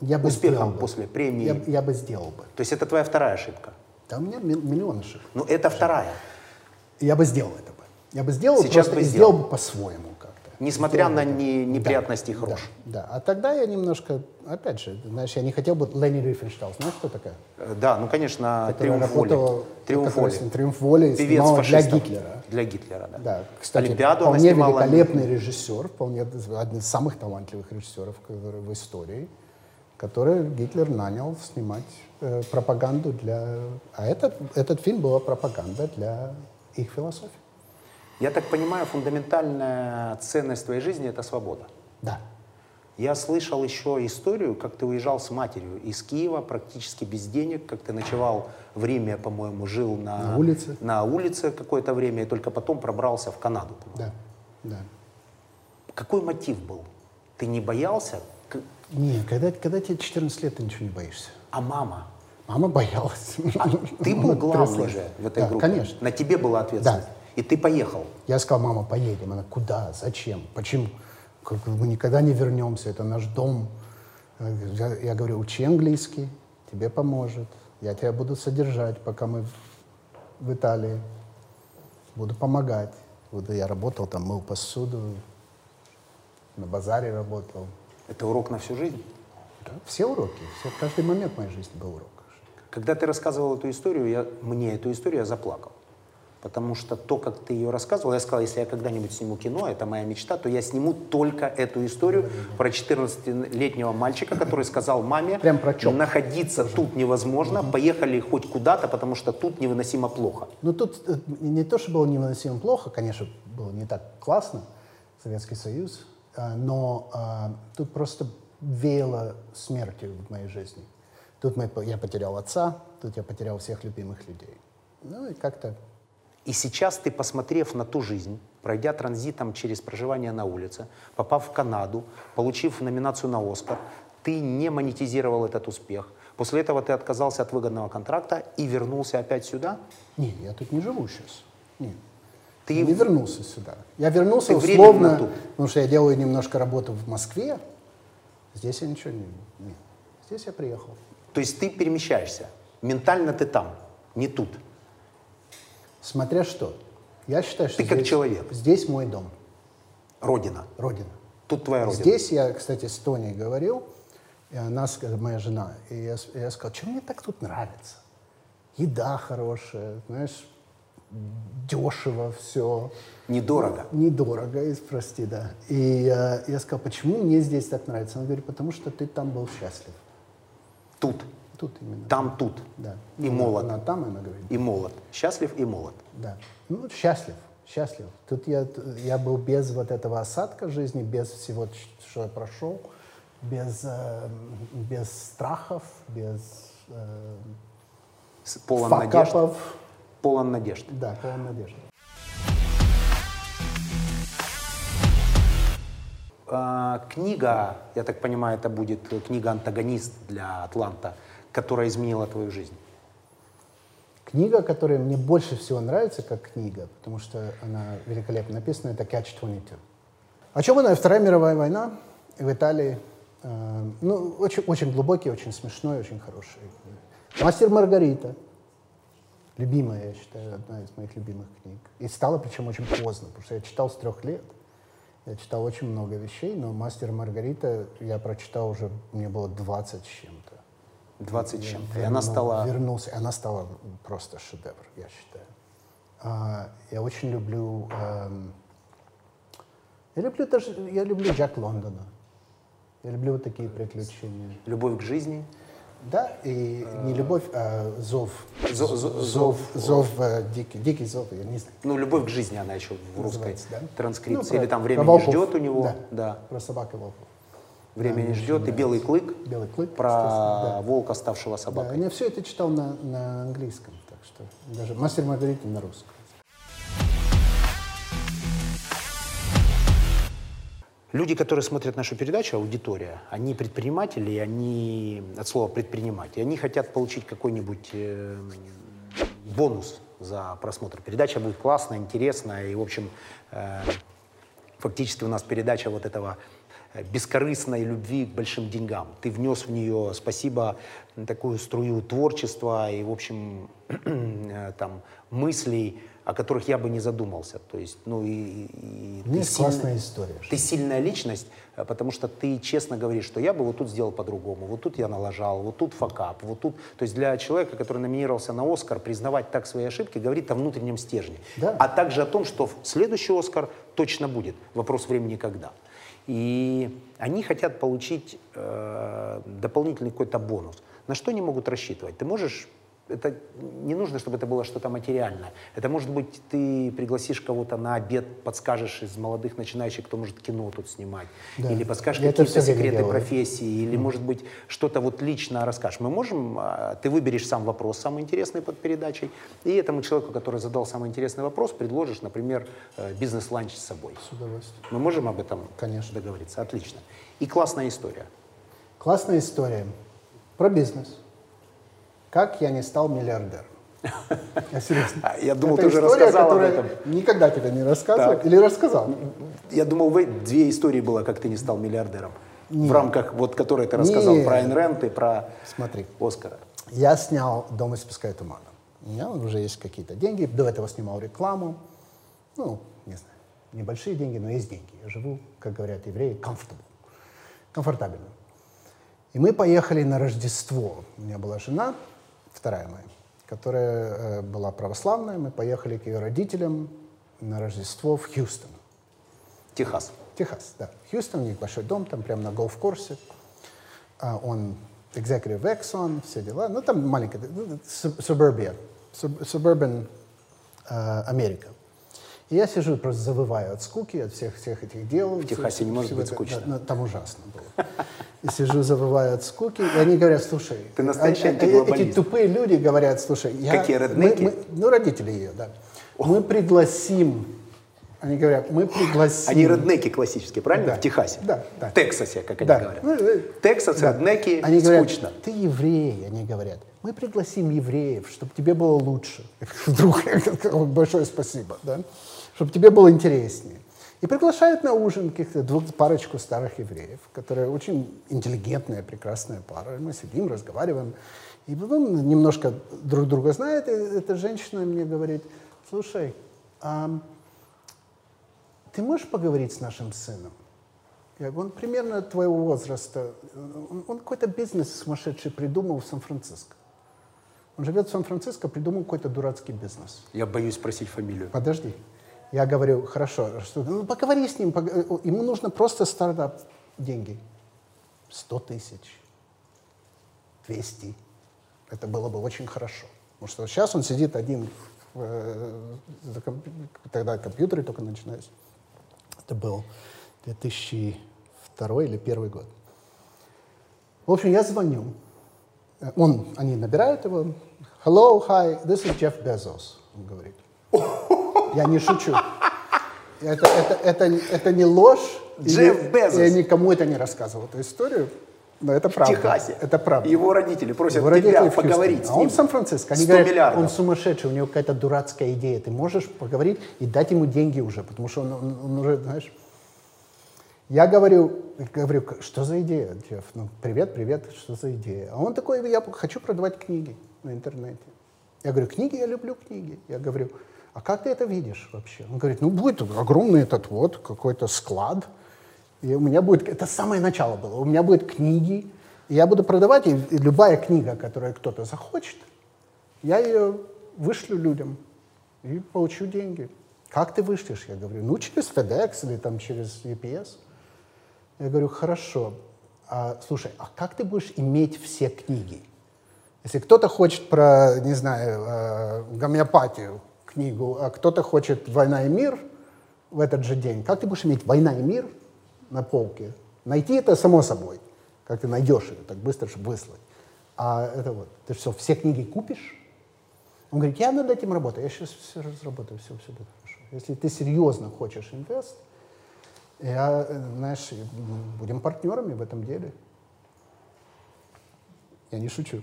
Speaker 2: Я бы сделал
Speaker 1: успехом
Speaker 2: бы.
Speaker 1: после премии?
Speaker 2: Я, я бы сделал бы.
Speaker 1: То есть это твоя вторая ошибка.
Speaker 2: Да у меня ми- миллион ошибок.
Speaker 1: Ну, это вторая.
Speaker 2: Я бы сделал это бы. Я бы сделал
Speaker 1: Сейчас
Speaker 2: просто
Speaker 1: бы
Speaker 2: и
Speaker 1: сделал.
Speaker 2: сделал бы по-своему как-то.
Speaker 1: Несмотря на не- неприятности их рож.
Speaker 2: Да, а тогда я немножко, опред же, знаешь, я не хотел бы Ленни Рифеншталл, знаешь, кто такая?
Speaker 1: Э, Да, ну, конечно,
Speaker 2: Которая
Speaker 1: триумф воли.
Speaker 2: работала-
Speaker 1: Триумф
Speaker 2: которая
Speaker 1: воли.
Speaker 2: с- «Триумф воли» и
Speaker 1: Певец
Speaker 2: снимала для
Speaker 1: фашистов.
Speaker 2: Гитлера.
Speaker 1: Для Гитлера, да.
Speaker 2: Да, кстати,
Speaker 1: Олимпиаду она
Speaker 2: вполне
Speaker 1: снимала.
Speaker 2: великолепный режиссер, вполне один из самых талантливых режиссеров который в истории, который Гитлер нанял снимать э, пропаганду для... А этот, этот фильм была пропаганда для их философии.
Speaker 1: Я так понимаю, фундаментальная ценность твоей жизни — это свобода.
Speaker 2: Да.
Speaker 1: Я слышал еще историю, как ты уезжал с матерью из Киева практически без денег, как ты ночевал в Риме, по-моему, жил на,
Speaker 2: На улице.
Speaker 1: на улице какое-то время, и только потом пробрался в Канаду. по-моему.
Speaker 2: Да, да.
Speaker 1: Какой мотив был? Ты не боялся? К-
Speaker 2: Не, когда, когда тебе 14 лет, ты ничего не боишься.
Speaker 1: А мама?
Speaker 2: Мама боялась.
Speaker 1: Ты был
Speaker 2: Мама
Speaker 1: главный
Speaker 2: тряслась.
Speaker 1: же в этой
Speaker 2: ну, Да,
Speaker 1: группе.
Speaker 2: конечно.
Speaker 1: На тебе была ответственность.
Speaker 2: Да.
Speaker 1: И ты поехал.
Speaker 2: Я сказал, мама, поедем. Она, куда, зачем, почему? Как бы Мы никогда не вернемся, это наш дом. Я, я говорю, учи английский, тебе поможет. Я тебя буду содержать, пока мы в, в Италии. Буду помогать. Буду, я работал там, мыл посуду, на базаре работал.
Speaker 1: Это урок на всю жизнь.
Speaker 2: Да, Все уроки, все, каждый момент моей жизни был урок.
Speaker 1: Когда ты рассказывал эту историю, я, мне эту историю, я заплакал. Потому что то, как ты ее рассказывал, я сказал, если я когда-нибудь сниму кино, это моя мечта, то я сниму только эту историю про 14-летнего мальчика, который сказал маме,
Speaker 2: Прям прочёл.
Speaker 1: находиться тут невозможно, поехали хоть куда-то, потому что тут невыносимо плохо.
Speaker 2: Ну тут э, не то, что было невыносимо плохо, конечно, было не так классно, Советский Союз, а, но а, тут просто веяло смертью в моей жизни. Тут мы, по- я потерял отца, тут я потерял всех любимых людей. Ну и как-то...
Speaker 1: И сейчас ты, посмотрев на ту жизнь, пройдя транзитом через проживание на улице, попав в Канаду, получив номинацию на Оскар, ты не монетизировал этот успех, После этого ты отказался от выгодного контракта и вернулся опять сюда.
Speaker 2: Не, я тут не живу сейчас. Не.
Speaker 1: Ты-
Speaker 2: Я не вернулся сюда. Я вернулся
Speaker 1: Ты временно
Speaker 2: условно,
Speaker 1: тут.
Speaker 2: потому что я делаю немножко работу в Москве. Здесь я ничего не... не. Здесь я приехал.
Speaker 1: То есть ты перемещаешься. Ментально ты там, не тут.
Speaker 2: Смотря что. Я считаю, что
Speaker 1: Ты как
Speaker 2: здесь-
Speaker 1: человек.
Speaker 2: здесь мой дом,
Speaker 1: Родина.
Speaker 2: родина.
Speaker 1: Тут твоя родина.
Speaker 2: Здесь я, кстати, с Тоней говорил, и она, ск- моя жена, и я, с- я сказал, что мне так тут нравится. Еда хорошая, знаешь, дешево все,
Speaker 1: Недорого.
Speaker 2: недорого, и- прости, да. И э, я сказал, почему мне здесь так нравится? Она говорит, потому что ты там был счастлив.
Speaker 1: Тут.
Speaker 2: Тут именно.
Speaker 1: Там, тут.
Speaker 2: Да.
Speaker 1: И
Speaker 2: Она-
Speaker 1: молод.
Speaker 2: Она там, она говорит.
Speaker 1: И молод. Счастлив и молод.
Speaker 2: Да. Ну, счастлив, счастлив. Тут я, я был без вот этого осадка жизни, без всего, ч- что я прошел, без, э, без страхов, без э,
Speaker 1: С- Полон надежд.
Speaker 2: факапов.
Speaker 1: Полон надежд.
Speaker 2: Да, полон надежды.
Speaker 1: А, Книга, я так понимаю, это будет книга-антагонист для Атланта, которая изменила твою жизнь.
Speaker 2: Книга, которая мне больше всего нравится как книга, потому что она великолепно написана, это «Catch-22». О чем она? Вторая мировая война в Италии. Э, ну, очень, очень глубокий, очень смешной, очень хороший. «Мастер и Маргарита». Любимая, я считаю, одна из моих любимых книг. И стала, причем, очень поздно, потому что я читал с трех лет. Я читал очень много вещей, но «Мастер и Маргарита» я прочитал уже, мне было 20 с чем-то.
Speaker 1: 20 с чем-то. И
Speaker 2: Вернул-
Speaker 1: она стала...
Speaker 2: Вернулся, и она стала просто шедевр, я считаю. А, я очень люблю... эм, я люблю даже... Я люблю Джек Лондона. Я люблю вот такие приключения.
Speaker 1: Любовь к жизни.
Speaker 2: Да, и не любовь, а зов.
Speaker 1: Зо- зо-
Speaker 2: зов, зов э, дикий, дикий зов, я не знаю.
Speaker 1: Ну, любовь к жизни она еще в русской
Speaker 2: называется, да? Ну,
Speaker 1: транскрипции.
Speaker 2: про-
Speaker 1: Или там
Speaker 2: про
Speaker 1: время не
Speaker 2: волков.
Speaker 1: ждет у него. Да.
Speaker 2: Про собак и волков.
Speaker 1: Время не ждет. И белый клык.
Speaker 2: Белый клык, естественно, да.
Speaker 1: Про волка, ставшего
Speaker 2: Да,
Speaker 1: собакой.
Speaker 2: я все это читал на, на английском, так что даже мастер и Маргарита на русском.
Speaker 1: Люди, которые смотрят нашу передачу, аудитория, они предприниматели, и они от слова предпринимать, и они хотят получить какой-нибудь э, бонус за просмотр. Передача будет классная, интересная, и, в общем, э, фактически у нас передача вот этого э, бескорыстной любви к большим деньгам. Ты внес в нее, спасибо, м, такую струю творчества и, в общем, [CLEARS THROAT] э, там, мыслей, о которых я бы не задумался. То есть, ну и... и- и
Speaker 2: У
Speaker 1: ты
Speaker 2: меня есть
Speaker 1: сильно-
Speaker 2: классная история.
Speaker 1: ты сильная личность, э, потому что ты честно говоришь, что я бы вот тут сделал по-другому, вот тут я налажал, вот тут факап, вот тут. То есть для человека, который номинировался на Оскар, признавать так свои ошибки говорит о внутреннем стержне.
Speaker 2: Да.
Speaker 1: А также о том, что в следующий Оскар точно будет. Вопрос времени когда. И они хотят получить э, дополнительный какой-то бонус. На что они могут рассчитывать? Ты можешь это не нужно, чтобы это было что-то материальное. Это может быть, ты пригласишь кого-то на обед, подскажешь из молодых начинающих, кто может кино тут снимать,
Speaker 2: Да.
Speaker 1: или подскажешь
Speaker 2: Я это
Speaker 1: какие-то
Speaker 2: всё время
Speaker 1: секреты
Speaker 2: делаю.
Speaker 1: профессии, или, может быть, что-то вот лично расскажешь. Мы можем, а, ты выберешь сам вопрос, самый интересный под передачей, и этому человеку, который задал самый интересный вопрос, предложишь, например, э, бизнес-ланч с собой.
Speaker 2: С удовольствием.
Speaker 1: Мы можем об этом
Speaker 2: Конечно.
Speaker 1: договориться? Отлично. И классная история.
Speaker 2: Классная история про бизнес. Как я не
Speaker 1: [LAUGHS]
Speaker 2: стал миллиардером. Я серьезно.
Speaker 1: А, я думал,
Speaker 2: Это
Speaker 1: ты уже
Speaker 2: история,
Speaker 1: рассказал об
Speaker 2: которая Никогда тебе не рассказывал.
Speaker 1: Так.
Speaker 2: Или рассказал?
Speaker 1: Я думал, вы- две истории было, как ты не стал миллиардером. В рамках, вот, которые ты рассказал
Speaker 2: Нет.
Speaker 1: про Айн Рэнд и про
Speaker 2: Смотри.
Speaker 1: Оскара.
Speaker 2: Я снял «Дом из песка и тумана». У меня уже есть какие-то деньги. До этого снимал рекламу. Ну, не знаю, небольшие деньги, но есть деньги. Я живу, как говорят евреи, comfortable. комфортабельно. И мы поехали на Рождество. У меня была жена, вторая моя, которая э, была православная. Мы поехали к ее родителям на Рождество в Хьюстон.
Speaker 1: Техас.
Speaker 2: Техас, да. Хьюстон, у них большой дом, там прямо на голф-курсе. А, он executive Exxon, все дела. Ну, там маленькая, ну, суб- suburbia, суб- suburban э, Америка. И я сижу и просто завываю от скуки, от всех, всех этих дел. В
Speaker 1: Техасе не может быть скучно.
Speaker 2: ну, там ужасно было. И сижу, завываю от скуки, и они говорят, слушай...
Speaker 1: Ты настоящий
Speaker 2: а- а- Эти
Speaker 1: антиглобалист.
Speaker 2: тупые люди говорят, слушай, я...
Speaker 1: Какие
Speaker 2: мы-
Speaker 1: реднеки?
Speaker 2: мы- ну, родители ее, да. Мы пригласим Они говорят, мы пригласили...
Speaker 1: Они реднеки классические, правильно?
Speaker 2: Да.
Speaker 1: В Техасе.
Speaker 2: Да, да.
Speaker 1: В Тексасе, как они
Speaker 2: Да.
Speaker 1: говорят.
Speaker 2: Ну, э,
Speaker 1: Тексас,
Speaker 2: да.
Speaker 1: реднеки,
Speaker 2: Они говорят,
Speaker 1: скучно.
Speaker 2: ты еврей, они говорят. Мы пригласим евреев, чтобы тебе было лучше. [LAUGHS] Вдруг большое спасибо, да? Чтобы тебе было интереснее. И приглашают на ужин каких-то двух, парочку старых евреев, которые очень интеллигентная, прекрасная пара. Мы сидим, разговариваем. И потом немножко друг друга знает. И эта женщина мне говорит, слушай, ам, ты можешь поговорить с нашим сыном? Я говорю, он примерно твоего возраста. Он, он какой-то бизнес сумасшедший придумал в Сан-Франциско. Он живет в Сан-Франциско, придумал какой-то дурацкий бизнес.
Speaker 1: Я боюсь спросить фамилию.
Speaker 2: Подожди. Я говорю, хорошо, что, ну, поговори с ним. пог- Ему нужно просто стартап деньги. 100 тысяч. 200. Это было бы очень хорошо. Потому что сейчас он сидит один э, за комп- тогда компьютеры только начинались. Это был 2002 или первый год. В общем, я звоню. Э, Он, они набирают его. Hello, hi, this is Jeff Bezos, он говорит. Я не шучу. Это, это, это, это не ложь. и не-
Speaker 1: Джефф Безос.
Speaker 2: Я никому это не рассказывал, эту историю. Но это
Speaker 1: В
Speaker 2: правда.
Speaker 1: Техасе.
Speaker 2: Это правда.
Speaker 1: Его родители просят
Speaker 2: Его родители в
Speaker 1: тебя
Speaker 2: Хьюстоне,
Speaker 1: поговорить с
Speaker 2: А он
Speaker 1: ним.
Speaker 2: в Сан-Франциско. Они
Speaker 1: 100
Speaker 2: говорят,
Speaker 1: миллиардов.
Speaker 2: он сумасшедший, у него какая-то дурацкая идея. Ты можешь поговорить и дать ему деньги уже, потому что он, он- он уже, знаешь... Я говорю, говорю, «К- что за идея, Джефф? Ну, привет, привет, что за идея? А он такой, я хочу продавать книги на интернете. Я говорю, книги, я люблю книги. Я говорю, а как ты это видишь вообще? Он говорит, ну, будет огромный этот вот какой-то склад, и у меня будет, это самое начало было, у меня будут книги, и я буду продавать, и, и любая книга, которую кто-то захочет, я ее вышлю людям и получу деньги. Как ты вышлешь? Я говорю, ну, через FedEx или там через UPS. Я говорю, хорошо. А, слушай, а как ты будешь иметь все книги? Если кто-то хочет про, не знаю, э, гомеопатию книгу, а кто-то хочет «Война и мир» в этот же день, как ты будешь иметь «Война и мир» на полке? Найти это само собой. Как ты найдешь ее так быстро, чтобы выслать. А это вот, ты что, все книги купишь? Он говорит, я над этим работаю, я сейчас все разработаю, все, все будет хорошо. Если ты серьезно хочешь инвест, я, э, знаешь, и, м, будем партнерами в этом деле. Я не шучу.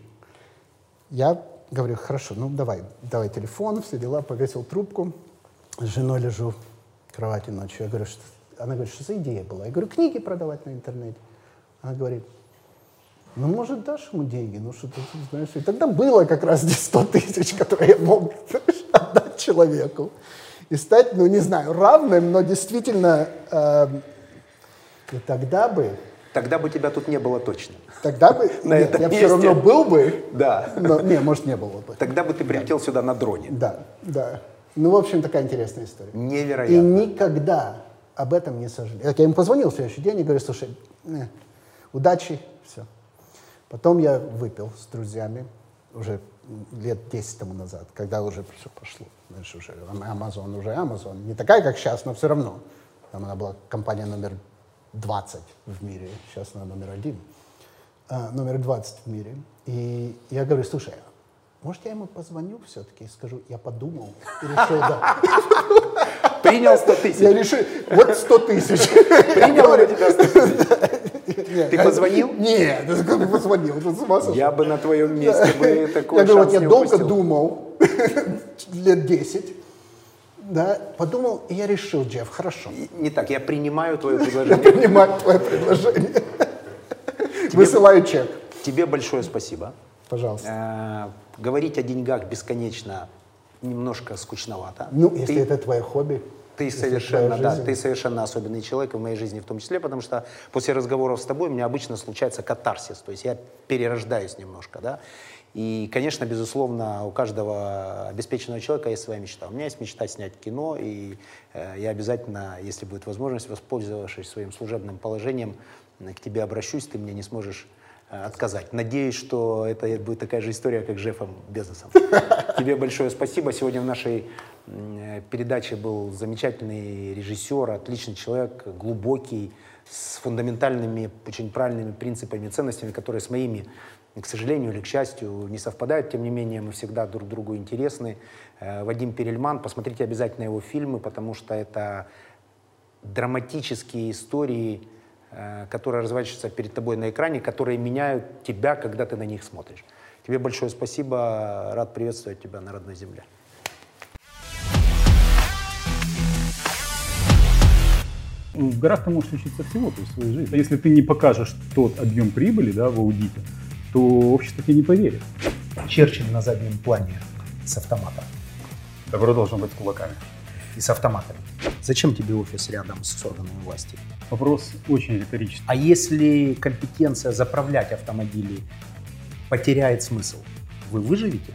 Speaker 2: Я говорю, хорошо, ну давай, давай телефон, все дела, повесил трубку. С женой лежу в кровати ночью. Я говорю, что... Она говорит, что за идея была? Я говорю, книги продавать на интернете. Она говорит, ну, может, дашь ему деньги, ну что ты тут знаешь. И тогда было как раз здесь 100 тысяч, которые я мог знаешь, [LAUGHS] отдать человеку. И стать, ну, не знаю, равным, но действительно... эм, и тогда бы...
Speaker 1: Тогда бы тебя тут не было точно.
Speaker 2: Тогда бы...
Speaker 1: [LAUGHS] На
Speaker 2: нет,
Speaker 1: этом
Speaker 2: я
Speaker 1: месте.
Speaker 2: все равно был бы.
Speaker 1: Да.
Speaker 2: Но, не, может, не было бы.
Speaker 1: Тогда бы ты прилетел сюда на дроне.
Speaker 2: Да, да. Ну, в общем, такая интересная история. И
Speaker 1: Невероятно.
Speaker 2: никогда об этом не сожалею. Так Я ему позвонил в следующий день и говорю, слушай, э, удачи, все. Потом я выпил с друзьями уже лет 10 тому назад, когда уже все пошло. Знаешь, уже Амазон, уже Амазон. Не такая, как сейчас, но все равно. Там она была компания номер 20 в мире, сейчас она номер один. А, номер 20 в мире. И я говорю, слушай, может, я ему позвоню все-таки и скажу, я подумал и решил, да.
Speaker 1: Принял 100
Speaker 2: Я
Speaker 1: тысяч.
Speaker 2: решил, вот 100 тысяч.
Speaker 1: Принял у тебя 100 тысяч. Ты позвонил?
Speaker 2: Нет, ну, как ты позвонил, ты с ума сошел?
Speaker 1: Я бы на твоем месте [LAUGHS] бы такой
Speaker 2: Я говорю, вот
Speaker 1: шанс
Speaker 2: я
Speaker 1: не
Speaker 2: долго
Speaker 1: упустил.
Speaker 2: думал, [LAUGHS] лет 10, да, подумал, и я решил, Джефф, хорошо,
Speaker 1: И- Не так, я принимаю твое
Speaker 2: я
Speaker 1: предложение.
Speaker 2: принимаю твое предложение. Высылаю чек,
Speaker 1: Тебе большое спасибо.
Speaker 2: пожалуйста.
Speaker 1: Э, Говорить о деньгах бесконечно немножко скучновато.
Speaker 2: Ну,
Speaker 1: Ты-
Speaker 2: если это твое хобби.
Speaker 1: Ты
Speaker 2: если
Speaker 1: совершенно,
Speaker 2: твоя
Speaker 1: да,
Speaker 2: жизнь.
Speaker 1: ты совершенно особенный человек и в моей жизни в том числе, потому что после разговоров с тобой у меня обычно случается катарсис, то есть я перерождаюсь немножко, да. И, конечно, безусловно, у каждого обеспеченного человека есть своя мечта. У меня есть мечта снять кино, и э, я обязательно, если будет возможность, воспользовавшись своим служебным положением, э, к тебе обращусь, ты мне не сможешь э, отказать. Надеюсь, что это будет такая же история, как с Джеффом Безосом. Тебе большое спасибо. Сегодня в нашей м, э, передаче был замечательный режиссер, отличный человек, глубокий, с фундаментальными, очень правильными принципами и ценностями, которые с моими к сожалению или к счастью, не совпадают. Тем не менее, мы всегда друг другу интересны. Э, Вадим Перельман, посмотрите обязательно его фильмы, потому что это драматические истории, э, которые разворачиваются перед тобой на экране, которые меняют тебя, когда ты на них смотришь. Тебе большое спасибо. Рад приветствовать тебя на родной земле.
Speaker 3: Ну, в горах ты можешь учиться всего, то есть своей жизни. Если ты не покажешь тот объем прибыли да, в аудите, то общество тебе не поверит.
Speaker 1: Черчилль на заднем плане с автоматом
Speaker 3: Добро должно быть с кулаками.
Speaker 1: и с автоматами. Зачем тебе офис рядом с органами власти?
Speaker 3: Вопрос очень риторический.
Speaker 1: А если компетенция заправлять автомобили потеряет смысл, вы выживете?